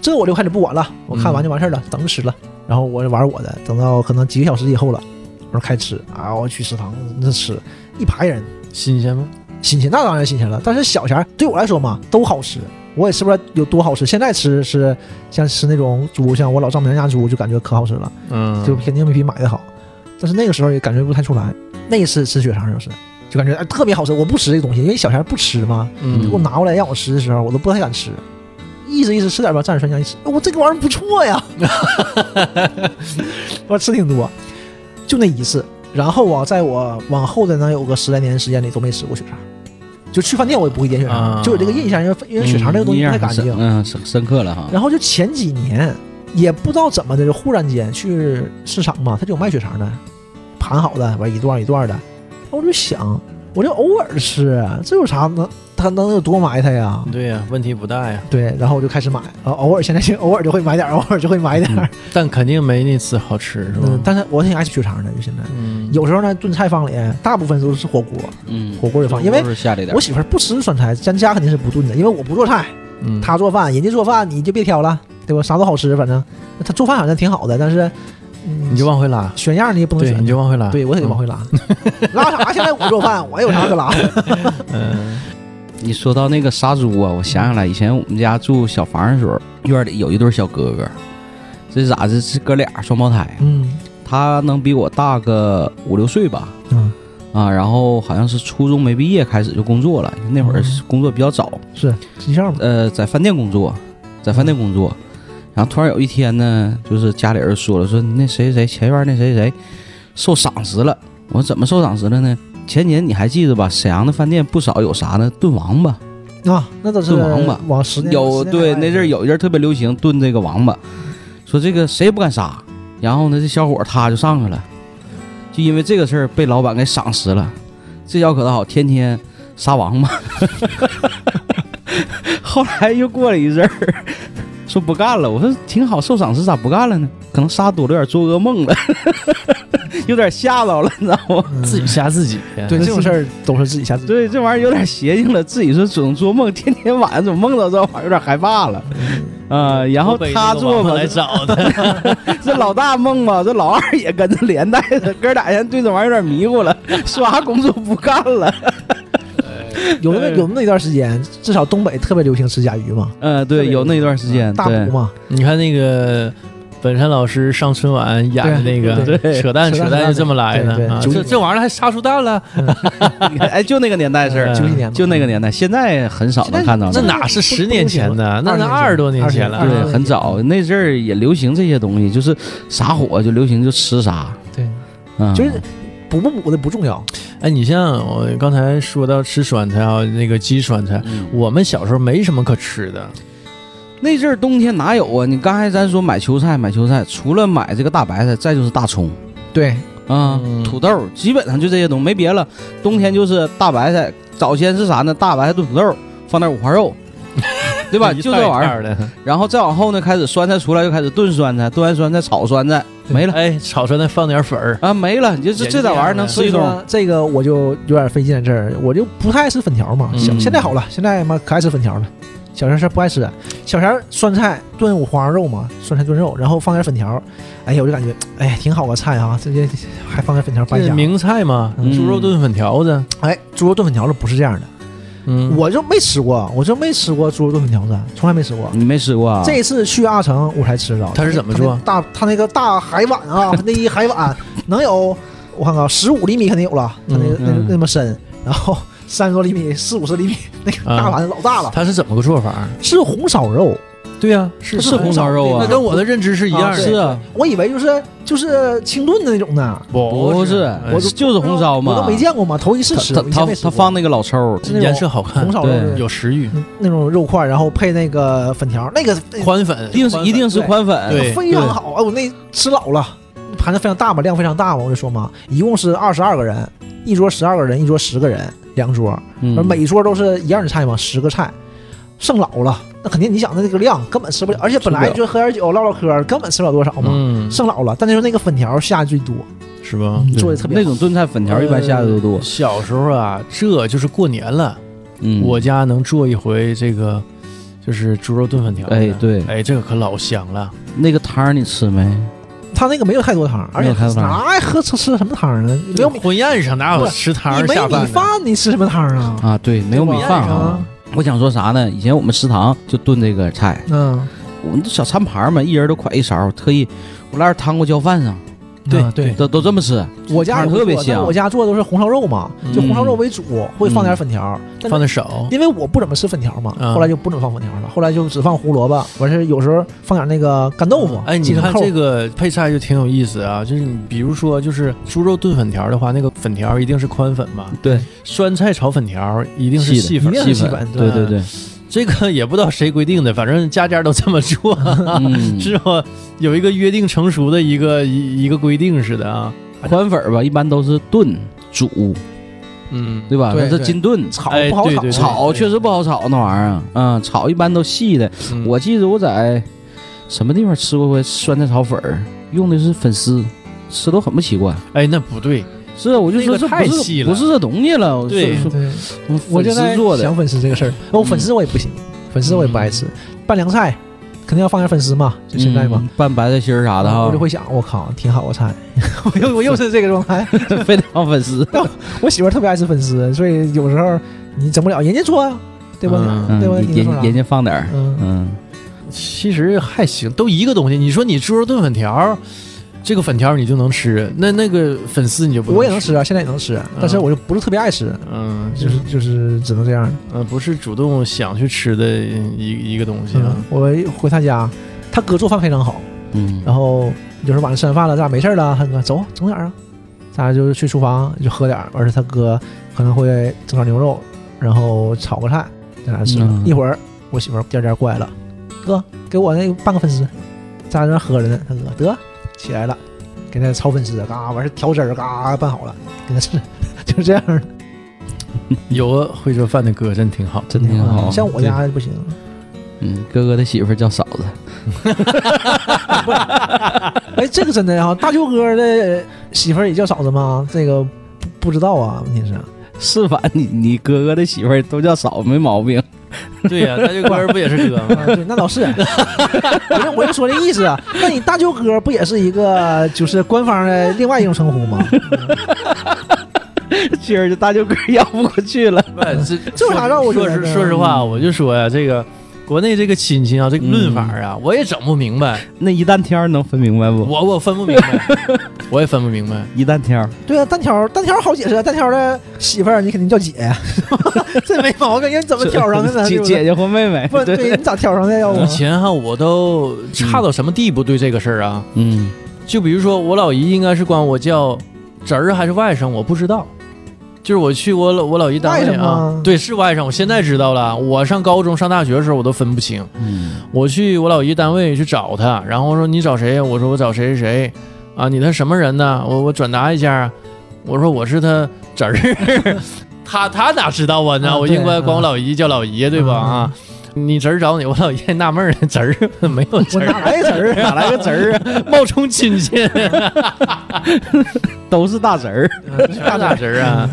B: 这我就开始不管了，我看完就完事儿了，等着吃了。然后我就玩我的，等到可能几个小时以后了，我说开吃啊，我去食堂那吃一排人，
A: 新鲜吗？
B: 新鲜，那当然新鲜了。但是小钱儿对我来说嘛，都好吃。我也吃不出来有多好吃。现在吃是像吃那种猪，像我老丈母娘家猪，就感觉可好吃了，
A: 嗯，
B: 就肯定没比买的好。但是那个时候也感觉不太出来。那一次吃血肠就是，就感觉哎特别好吃。我不吃这个东西，因为小钱儿不吃嘛，给我
A: 嗯
B: 拿过来让我吃的时候，我都不太敢吃。意思意思吃点吧，蘸着蒜酱一吃，我、这个玩意儿不 错呀，我吃挺多，就那一次。然后啊，在我往后的能有个十来年时间里都没吃过血肠，就去饭店我也不会点血肠，
A: 啊
B: 就有这个印象，因为因为血肠这个东西不太干净。
C: 嗯，深深刻了哈。
B: 然后就前几年也不知道怎么的，就忽然间去市场嘛，他就有卖血肠的，盘好的，完一段一段的。我就想，我就偶尔吃，啊这有啥能他能有多埋汰呀？
A: 对呀，问题不大呀，
B: 对，然后我就开始买，啊，偶尔现在就偶尔就会买点儿，偶尔就会买点儿。
A: 但肯定没那次好吃，是
B: 嗯
A: 吧，？
B: 但是我挺爱吃血肠的，就现在。
A: 嗯，
B: 有时候呢，炖菜放里，大部分都是火锅，
C: 嗯，
B: 火锅也放，因为
C: 是下这点
B: 我，媳妇儿不吃酸菜，咱家肯定是不炖的，因为我不做菜，
A: 嗯
B: 她做饭，人家做饭你就别挑了，对吧？啥都好吃，反正她做饭好像挺好的，但是，嗯，
A: 你就往回拉，
B: 选样你也不能
A: 对，嗯
B: 选
A: 你，就往回拉，
B: 对我也得往回拉， 拉啥？现在我做饭，我有啥可拉的？
A: 嗯，
C: 你说到那个杀猪啊，我想起来以前我们家住小房的时候，院里有一对小哥哥，这咋这是哥俩双胞胎，
B: 嗯
C: 他能比我大个五六岁吧，
B: 嗯，
C: 啊，然后好像是初中没毕业开始就工作了，那会儿是工作比较早，
B: 是几项吧？
C: 呃，在饭店工作，在饭店工作，然后突然有一天呢，就是家里人说了，说那谁谁前院那谁谁受赏识了。我说怎么受赏识了呢？前年你还记得吧？沈阳的饭店不少有啥呢？炖王八，
B: 啊，那都是
C: 炖王八
B: 往十年
C: 有对那阵儿，有一阵儿特别流行炖这个王八，说这个谁也不敢杀。然后呢，这小伙儿他就上去了，就因为这个事儿被老板给赏识了。这小伙子好，天天杀王八。 后来又过了一阵儿，说不干了。我说挺好，受赏识咋不干了呢？可能杀多了有点做噩梦了， 有点吓到了，你知道吗？
B: 嗯
A: 自己吓自己，
B: 对这种事儿都是自己吓自己。
C: 对，这玩意儿有点邪性了，自己说总做梦，天天晚上总梦到这玩意儿，有点害怕了。啊、然后他做吧
A: 来，找的，
C: 这老大梦吧，这老二也跟着连带着，哥俩现在对这玩意儿有点迷糊了，啥工作不干了。
B: 有那么有那么一段时间，至少东北特别流行吃甲鱼嘛， 嗯
C: 呃，对，有那一段时间，
B: 啊大
C: 对
B: 补，嘛，
A: 你看那个。本山老师上春晚演的那个
B: 对
C: 对
A: 扯淡，
B: 扯
A: 扯
B: 淡
A: 淡就这么来
B: 对
A: 的
B: 对
A: 啊！
B: 九
A: 这
B: 几
A: 这玩意儿还杀出蛋了，
C: 你 看哎，就那个年代的事儿
A: 嗯
B: 九几年嘛
C: 就那个年代，现在很少能看到
A: 那
C: 了。
A: 哪是十年前的？那那
B: 不行了
A: 二十多年前了。啊
B: 二十
C: 对
B: 年，
C: 很早那阵儿也流行这些东西，就是啥火就流行就吃啥，
B: 对，
C: 嗯，
B: 就是补不补的不重要，
A: 哎，你像我刚才说到吃酸菜啊，那个鸡酸菜，
C: 嗯
A: 我们小时候没什么可吃的，
C: 那阵儿冬天哪有啊？你刚才咱说买球菜，买球菜，除了买这个大白菜，再就是大葱
B: 对，
C: 啊、
A: 嗯
C: 土豆，基本上就这些东西，没别了。冬天就是大白菜，早先是啥呢？大白菜炖土豆，放点五 花肉，对
A: 对
C: 吧？就这玩意儿。
A: 儿的，
C: 然后再往后呢，开始酸菜出来，就开始炖酸菜，炖完酸菜炒酸菜，没了
A: 哎，炒出来放点粉儿，
C: 啊，没了。你就这
A: 也
C: 这点玩意儿
A: 一样
C: 能
A: 的
C: 吃
B: 所以
C: 一顿
B: 说这个我就有点费劲在这儿，我就不太爱吃粉条嘛，
A: 嗯
B: 现现在好了，现在嘛可爱吃粉条了，小钱儿是不爱吃，小钱儿酸菜炖五花肉嘛，酸菜炖肉，然后放点粉条儿，哎呀，我就感觉，哎呀，挺好个菜哈、这些还放点粉条儿拌一
A: 这
B: 下。
A: 名菜嘛，
B: 嗯
A: 猪肉炖粉条子。
B: 哎，猪肉炖粉条子不是这样的，
A: 嗯，
B: 我就没吃过，我就没吃过猪肉炖粉条子，从来没吃过。
C: 你没吃过啊？
B: 这一次去阿城我才吃着，
A: 他是怎么做
B: 他那大他那个大海碗 啊，那一海碗能有我看看十五厘米肯定有了，他那个
C: 嗯
B: 那
C: 嗯
B: 那么深，然后三十多厘米、四五十 厘米那个
C: 啊
B: 大碗老大了，
A: 它是怎么个做法？
B: 是红烧肉，
A: 对呀，是
C: 是红烧肉啊
A: 那跟我的认知是一样
B: 啊
A: 的。
C: 是啊，
B: 我以为就是就是清炖的那种呢，
A: 不呃
C: 不是，
A: 我
B: 都
C: 就是红烧嘛，
B: 我都没见过嘛，头一次吃，
C: 他
B: 我以前
C: 他
B: 没
C: 他
B: 吃过
C: 他放那个老抽儿，
B: 是那种
A: 颜色好看
B: 红，烧肉
C: 对
B: 是
A: 有食欲，
B: 那种肉块，然后配那个粉条，那个那个
A: 宽粉，
C: 一定是一定是
B: 对
C: 宽粉，
A: 对
B: 非常好啊！我那吃老了，盘子非常大嘛，量非常大嘛，我就说嘛，一共是二十二个人，一桌十二个人，一桌十个人，两桌，
C: 嗯
B: 每桌都是一样的菜嘛，十个菜，剩老了，那肯定你想的那个量根本吃不了，而且本
C: 嗯
B: 来
C: 吃不了
B: 就喝点酒唠唠嗑，根本吃不了多少嘛，
A: 嗯，
B: 剩老了。但就是那个粉条下最多，
A: 是吧？呃
C: 对
B: 做得特别好
C: 那种炖菜粉条一般下的都多。
A: 小时候啊，这就是过年了，
C: 嗯，
A: 我家能做一回这个，就是猪肉炖粉条。
C: 哎，对，
A: 哎，这个可老香了。
C: 那个汤儿你吃没？
B: 他那个没有太多汤，而
C: 没
B: 且
C: 有太多汤
B: 哪爱喝吃吃什么汤呢？没有米，
A: 婚宴上哪有
B: 不
A: 食堂
B: 你没
A: 下
B: 米
A: 饭的？
B: 饭，你吃什么汤啊？
C: 啊，对，没有米饭
A: 这玩意儿
C: 啊
A: 啊。
C: 我想说啥呢？以前我们食堂就炖这个菜，
B: 嗯，
C: 我们都小餐盘嘛，一人都㧟一勺，特意我来点汤给我浇饭上，
A: 对
B: 啊对
A: 对，
C: 都都这么吃。
B: 我家也
C: 汤
B: 不
C: 特别
B: 做但
C: 香嗯
B: 我家做的都是红烧肉嘛，就红烧肉为主，会放点粉条，但
A: 放
B: 是
A: 的少，
B: 因为我不怎么吃粉条嘛，
A: 嗯
B: 后来就不怎么放粉条了，后来就只放胡萝卜，完事有时候放点那个干豆腐，
A: 哎，你
B: 鸡蛋
A: 看
B: 扣
A: 这个配菜就挺有意思啊，就是你比如说就是猪肉炖粉条的话，那个粉条一定是宽粉嘛，
C: 对，
A: 酸菜炒粉条一定是
C: 细
A: 细
C: 的
A: 粉
B: 一，定
C: 细
B: 是细
C: 粉
B: 粉，
C: 对对
A: 对
C: 对，
A: 这个也不知道谁规定的，反正家家都这么做，
C: 嗯，
A: 是吧？有一个约定成熟的一个一一个规定似的啊，
C: 宽粉儿吧，一般都是炖煮，
A: 嗯，
C: 对吧？
B: 对
C: 那是
B: 对
C: 金炖。
B: 炒
A: 哎
B: 不好
A: 对
B: 炒，
A: 对对
C: 炒确实不好炒那玩意儿，嗯，炒一般都细的。
A: 嗯
C: 我记得我在什么地方吃过回酸菜炒粉儿，用的是粉丝，吃都很不习惯。
A: 哎那不对，
C: 是，啊我就说
A: 那个
C: 这
A: 太
C: 不
A: 细
C: 是
A: 了
C: 不是这东西了，我
A: 对
C: 说
B: 对，
C: 我
B: 我
C: 粉
B: 就
C: 丝
B: 在
C: 做的嗯
B: 想粉丝这个事儿，我粉丝我也不行，粉丝我也不爱吃，拌凉菜肯定要放点粉丝嘛，就现在嘛。
C: 嗯拌白菜心儿啥的哈
B: 我就，会想，我靠，挺好个菜， 我又我又是这个状态。
C: 非得放粉 丝，
B: 我媳妇儿特别爱吃粉丝，所以有时候你整不了，人家做呀，啊对吧？
A: 嗯
B: 对吧？
C: 嗯，
B: 你说啥
C: 人人家放点儿，
B: 嗯，
C: 嗯，
A: 其实还行，都一个东西。你说你猪肉炖粉条，这个粉条你就能吃，那那个粉丝你就不
B: 我也能，吃啊，现在也能吃，但是我就不是特别爱吃，
A: 嗯，就
B: 就是是就是只能这样。
A: 嗯、不是主动想去吃的一一个东西啊。
B: 嗯，我一回他家，他哥做饭非常好，
C: 嗯，
B: 然后有时候晚上吃完饭了，咱俩没事儿了，他哥走整点儿啊，咱俩就是去厨房就喝点儿，完事他哥可能会整点牛肉，然后炒个菜，咱俩吃了。
C: 嗯
B: 一会儿我媳妇儿颠颠过来了，哥给我那半个粉丝，咱俩在那喝着呢，他哥得起来了，给他炒粉丝，啊嘎完事调汁儿，嘎拌好了，给他吃， 就是这样儿的。
A: 有个会做饭的哥真挺好，
C: 真挺好。
B: 嗯像我家不行，
C: 对，嗯，哥哥的媳妇儿叫嫂子，
B: 哎，这个真的啊，大舅哥的媳妇儿也叫嫂子吗？这个不不知道 啊，问题是。
C: 是吧？你你哥哥的媳妇儿都叫嫂，没毛病。
A: 对呀、那就官不也是哥
B: 啊，？对，那倒是，我就我就说这意思啊。那你大舅哥不也是一个就是官方的另外一种称呼吗？
C: 今儿这大舅哥绕不过去了，
A: 不，这
B: 这有啥让我觉
A: 说
B: 得呢
A: 实说实话，我就说呀、这个国内这个亲戚啊，这个论法啊，我也整不明白，
C: 那一旦天儿能分明白不？
A: 我我分不明白，我也分不明白。
C: 一旦天儿，
B: 对啊，单挑单挑好解释啊，单挑的媳妇儿你肯定叫姐呀， 这没毛病。人怎么挑上的呢？
C: 姐
B: 对不对
C: 姐姐嗯或妹妹，
B: 不对，你咋挑上的呀？我
A: 以前哈、我都差到什么地步对这个事儿啊？
C: 嗯，
A: 就比如说我老姨应该是管我叫侄儿还是外甥，我不知道。就是我去我老我老姨单位
B: 外
A: 啊
B: 甥吗，
A: 对，是外甥，我现在知道了。我上高中上大学的时候我都分不清。
C: 嗯，
A: 我去我老姨单位去找她，然后说你找谁呀？我说我找谁谁谁啊？你他什么人呢？我我转达一下，我说我是他侄儿。 他他哪知道啊？你知道
B: 啊
A: 我
B: 对
A: 应该管我
B: 啊
A: 老姨叫老爷对吧？啊，你侄儿找你，我老爷纳闷儿，侄儿 没有侄
B: 我哪
A: 儿，
B: 来的词儿啊？
C: 哪来个侄儿啊？
A: 冒充亲戚。
C: 都是大侄儿。
A: 全是大侄儿啊！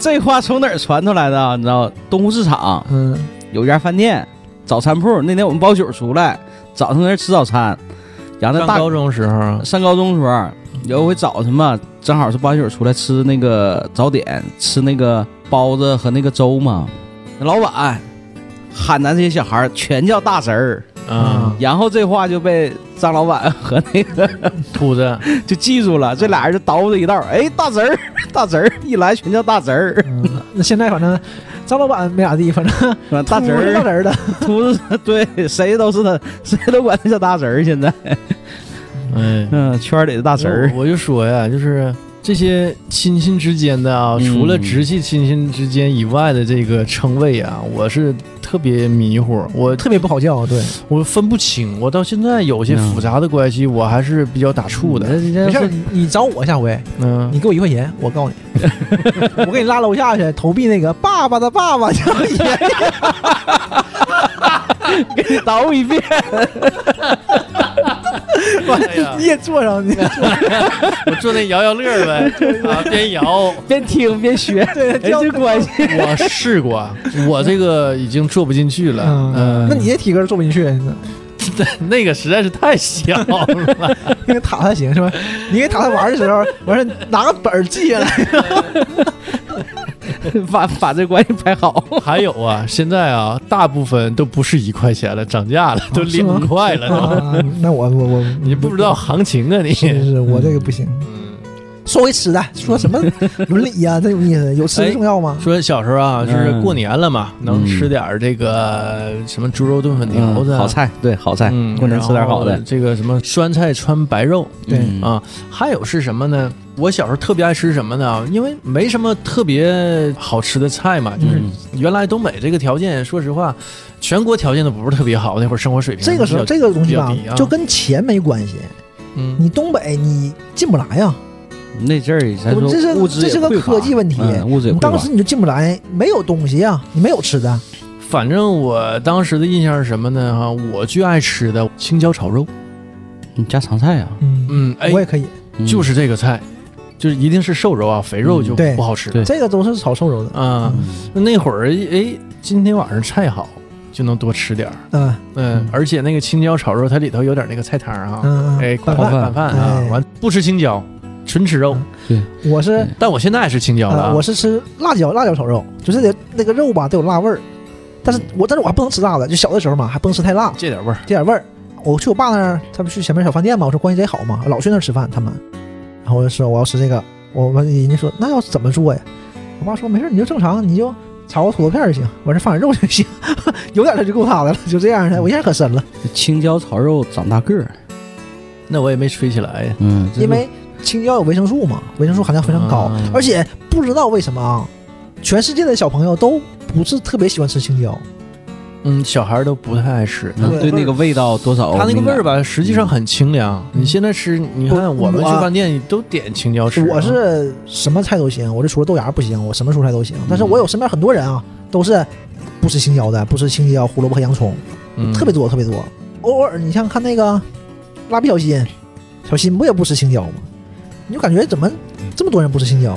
C: 这话从哪儿传出来的啊？你知道东湖市场
B: 嗯，
C: 有家饭店，早餐铺。那天我们包宿出来，早上在那儿吃早餐，然后
A: 上
C: 啊那大
A: 高中时候，
C: 上高中时候，有一回早晨嘛，正好是八九出来吃那个早点，吃那个包子和那个粥嘛。那老板喊咱这些小孩儿全叫大侄儿，
A: 嗯，
C: 然后这话就被张老板和那个
A: 秃子，
C: 就记住了，这俩人就捣鼓着一道儿，哎，大侄儿，大侄儿，一来全叫大侄儿，
B: 嗯，那现在反正张老板没咋地，反正
C: 是吧大侄
B: 秃
C: 儿，
B: 子 大侄儿的，
C: 秃子，对，谁都是他，谁都管他叫大侄儿。现在，
A: 哎，
C: 嗯，圈里的大侄儿，
A: 我我就说呀，就是这些亲戚之间的啊，
C: 嗯
A: 除了直系亲戚之间以外的这个称谓啊，我是特别迷糊，我
B: 特别不好叫。对，
A: 我分不清，我到现在有些复杂的关系，我还是比较打怵的。
C: 嗯你
B: 没
C: 这
B: 事儿，你找我下回，
A: 嗯
B: 你，给我一块钱，我告诉你，我给你拉楼下去投币那个爸爸的爸爸叫爷 爷，
C: 给你捣鼓一遍。
A: 哎呀
B: 你也坐上，你
A: 我做那摇摇乐呗， 啊， 边摇。
C: 边听边学，
B: 对，
C: 人
B: 叫
C: 际关系。
A: 我试过，我这个已经做不进去了。嗯，
B: 那你这体格坐不进去，
A: 那个实在是太小了。
B: 那个塔塔行是吧？你给塔塔玩的时候，完事儿拿个本儿记下来。
C: 把把这关系排好。
A: 还有啊，现在啊，大部分都不是一块钱了，涨价
C: 哦
A: 了，都
B: 是吗
A: 两块了都。
B: 啊那我我我，
A: 嗯你不知道行情啊你？
B: 是是，我这个不行。
A: 嗯
B: 说回吃的，说什么伦理呀、这种意思，有吃重要吗？
A: 哎说小时候啊，就是过年了嘛，能
C: 嗯
A: 吃点儿这个什么猪肉炖粉条子啊、
C: 好菜，对，好菜，
A: 嗯，
C: 过年吃点
A: 然
C: 好
A: 后
C: 的。
A: 这个什么酸菜穿白肉，
B: 对
C: 嗯
A: 啊，还有是什么呢？我小时候特别爱吃什么呢？因为没什么特别好吃的菜嘛，就是
C: 嗯
A: 原来东北这个条件，说实话，全国条件都不是特别好，那会儿生活水平
B: 这个时候
A: 比较
B: 这个东西吧
A: 比较低啊，
B: 就跟钱没关系。
A: 嗯，
B: 你东北你进不来啊呀，
C: 那阵儿咱
B: 我
C: 说
B: 们这是
C: 物质也
B: 这是个
C: 匮乏
B: 科技问题
C: 嗯物质也
B: 你
C: 匮乏
B: 当时你就进不来，没有东西呀，你没有吃的。
A: 反正我当时的印象是什么呢？哈，我最爱吃的青椒炒肉，
C: 你家常菜啊，
B: 嗯，
A: 嗯，哎
B: 我，也可以，
C: 嗯
A: 就是这个菜，就是一定是瘦肉啊，肥肉
C: 嗯
A: 就
B: 对
A: 不好吃。
C: 对
B: 这个都是炒瘦肉的。
A: 啊，那会儿哎，今天晚上菜好，就能多吃点儿。
B: 嗯
A: 嗯
C: 嗯，
A: 而且那个青椒炒肉，它里头有点那个菜汤啊，
B: 嗯
A: 哎，
B: 嗯，
A: 快
B: 拌
A: 饭
B: 饭。
A: 拌饭啊，
B: 哎
A: 完不吃青椒，纯吃肉。
B: 我是
C: 嗯
A: 但我现在爱吃青椒了
B: 呃，
A: 啊，
B: 我是吃辣椒辣椒炒肉，就是得那个肉吧得有辣味儿，但是我但是我还不能吃辣的，就小的时候嘛还不能吃太辣，
A: 这点味儿。
B: 这点味儿。我去我爸那儿，他们去前面小饭店嘛，我说关系贼好嘛，老去那儿吃饭，他们，然后我就说我要吃这个，我们人家说那要怎么做呀？我爸说没事儿，你就正常，你就炒个土豆片儿就行，完事儿放点肉就行， 有点儿他就够他的了，就这样的，我印象可深了，
C: 青椒炒肉长大个儿，
A: 那我也没吹起来呀。
C: 嗯，这
B: 因为青椒有维生素嘛，维生素含量非常高
A: 啊，
B: 而且不知道为什么啊，全世界的小朋友都不是特别喜欢吃青椒，
A: 嗯，小孩儿都不太爱吃。
C: 嗯
B: 对
C: 对
B: 味儿
C: 那个味道多少敏
A: 它
C: 感，
A: 那个味儿吧，实际上很清凉。
B: 嗯
A: 你现在吃，你看
B: 我
A: 我们去
B: 我
A: 饭店都点青椒吃啊。
B: 我是什么菜都行，我这除了豆芽不行，我什么蔬菜都行。但是我
A: 嗯
B: 有身边很多人啊，都是不吃青椒的，不吃青椒、胡萝卜和洋葱，
A: 嗯
B: 特别多特别多。偶尔你像看那个蜡笔小新，小新不也不吃青椒吗？你就感觉怎么这么多人不吃青椒？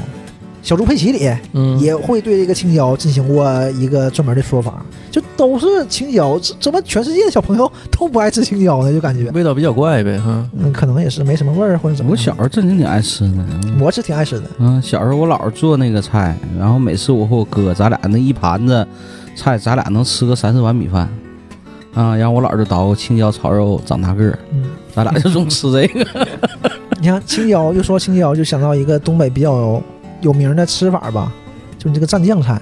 B: 小猪佩奇里
A: 嗯
B: 也会对这个青椒进行过一个专门的说法，就都是青椒，这怎么全世界的小朋友都不爱吃青椒呢？就感觉，
A: 味道比较怪呗，哈。
B: 嗯，可能也是没什么味儿或者怎么
C: 我
B: 样。
C: 小时候正经挺爱吃的。
B: 我是挺爱吃的，
C: 嗯，小时候我姥儿做那个菜，然后每次我和我哥，咱俩那一盘子菜，咱俩能吃个三四碗米饭。啊，然后我姥儿就捣鼓青椒炒肉长大个儿，
B: 嗯。
C: 咱俩就总吃这个。
B: 你看青椒，又说青椒，就想到一个东北比较有有名的吃法吧，就是这个蘸酱菜。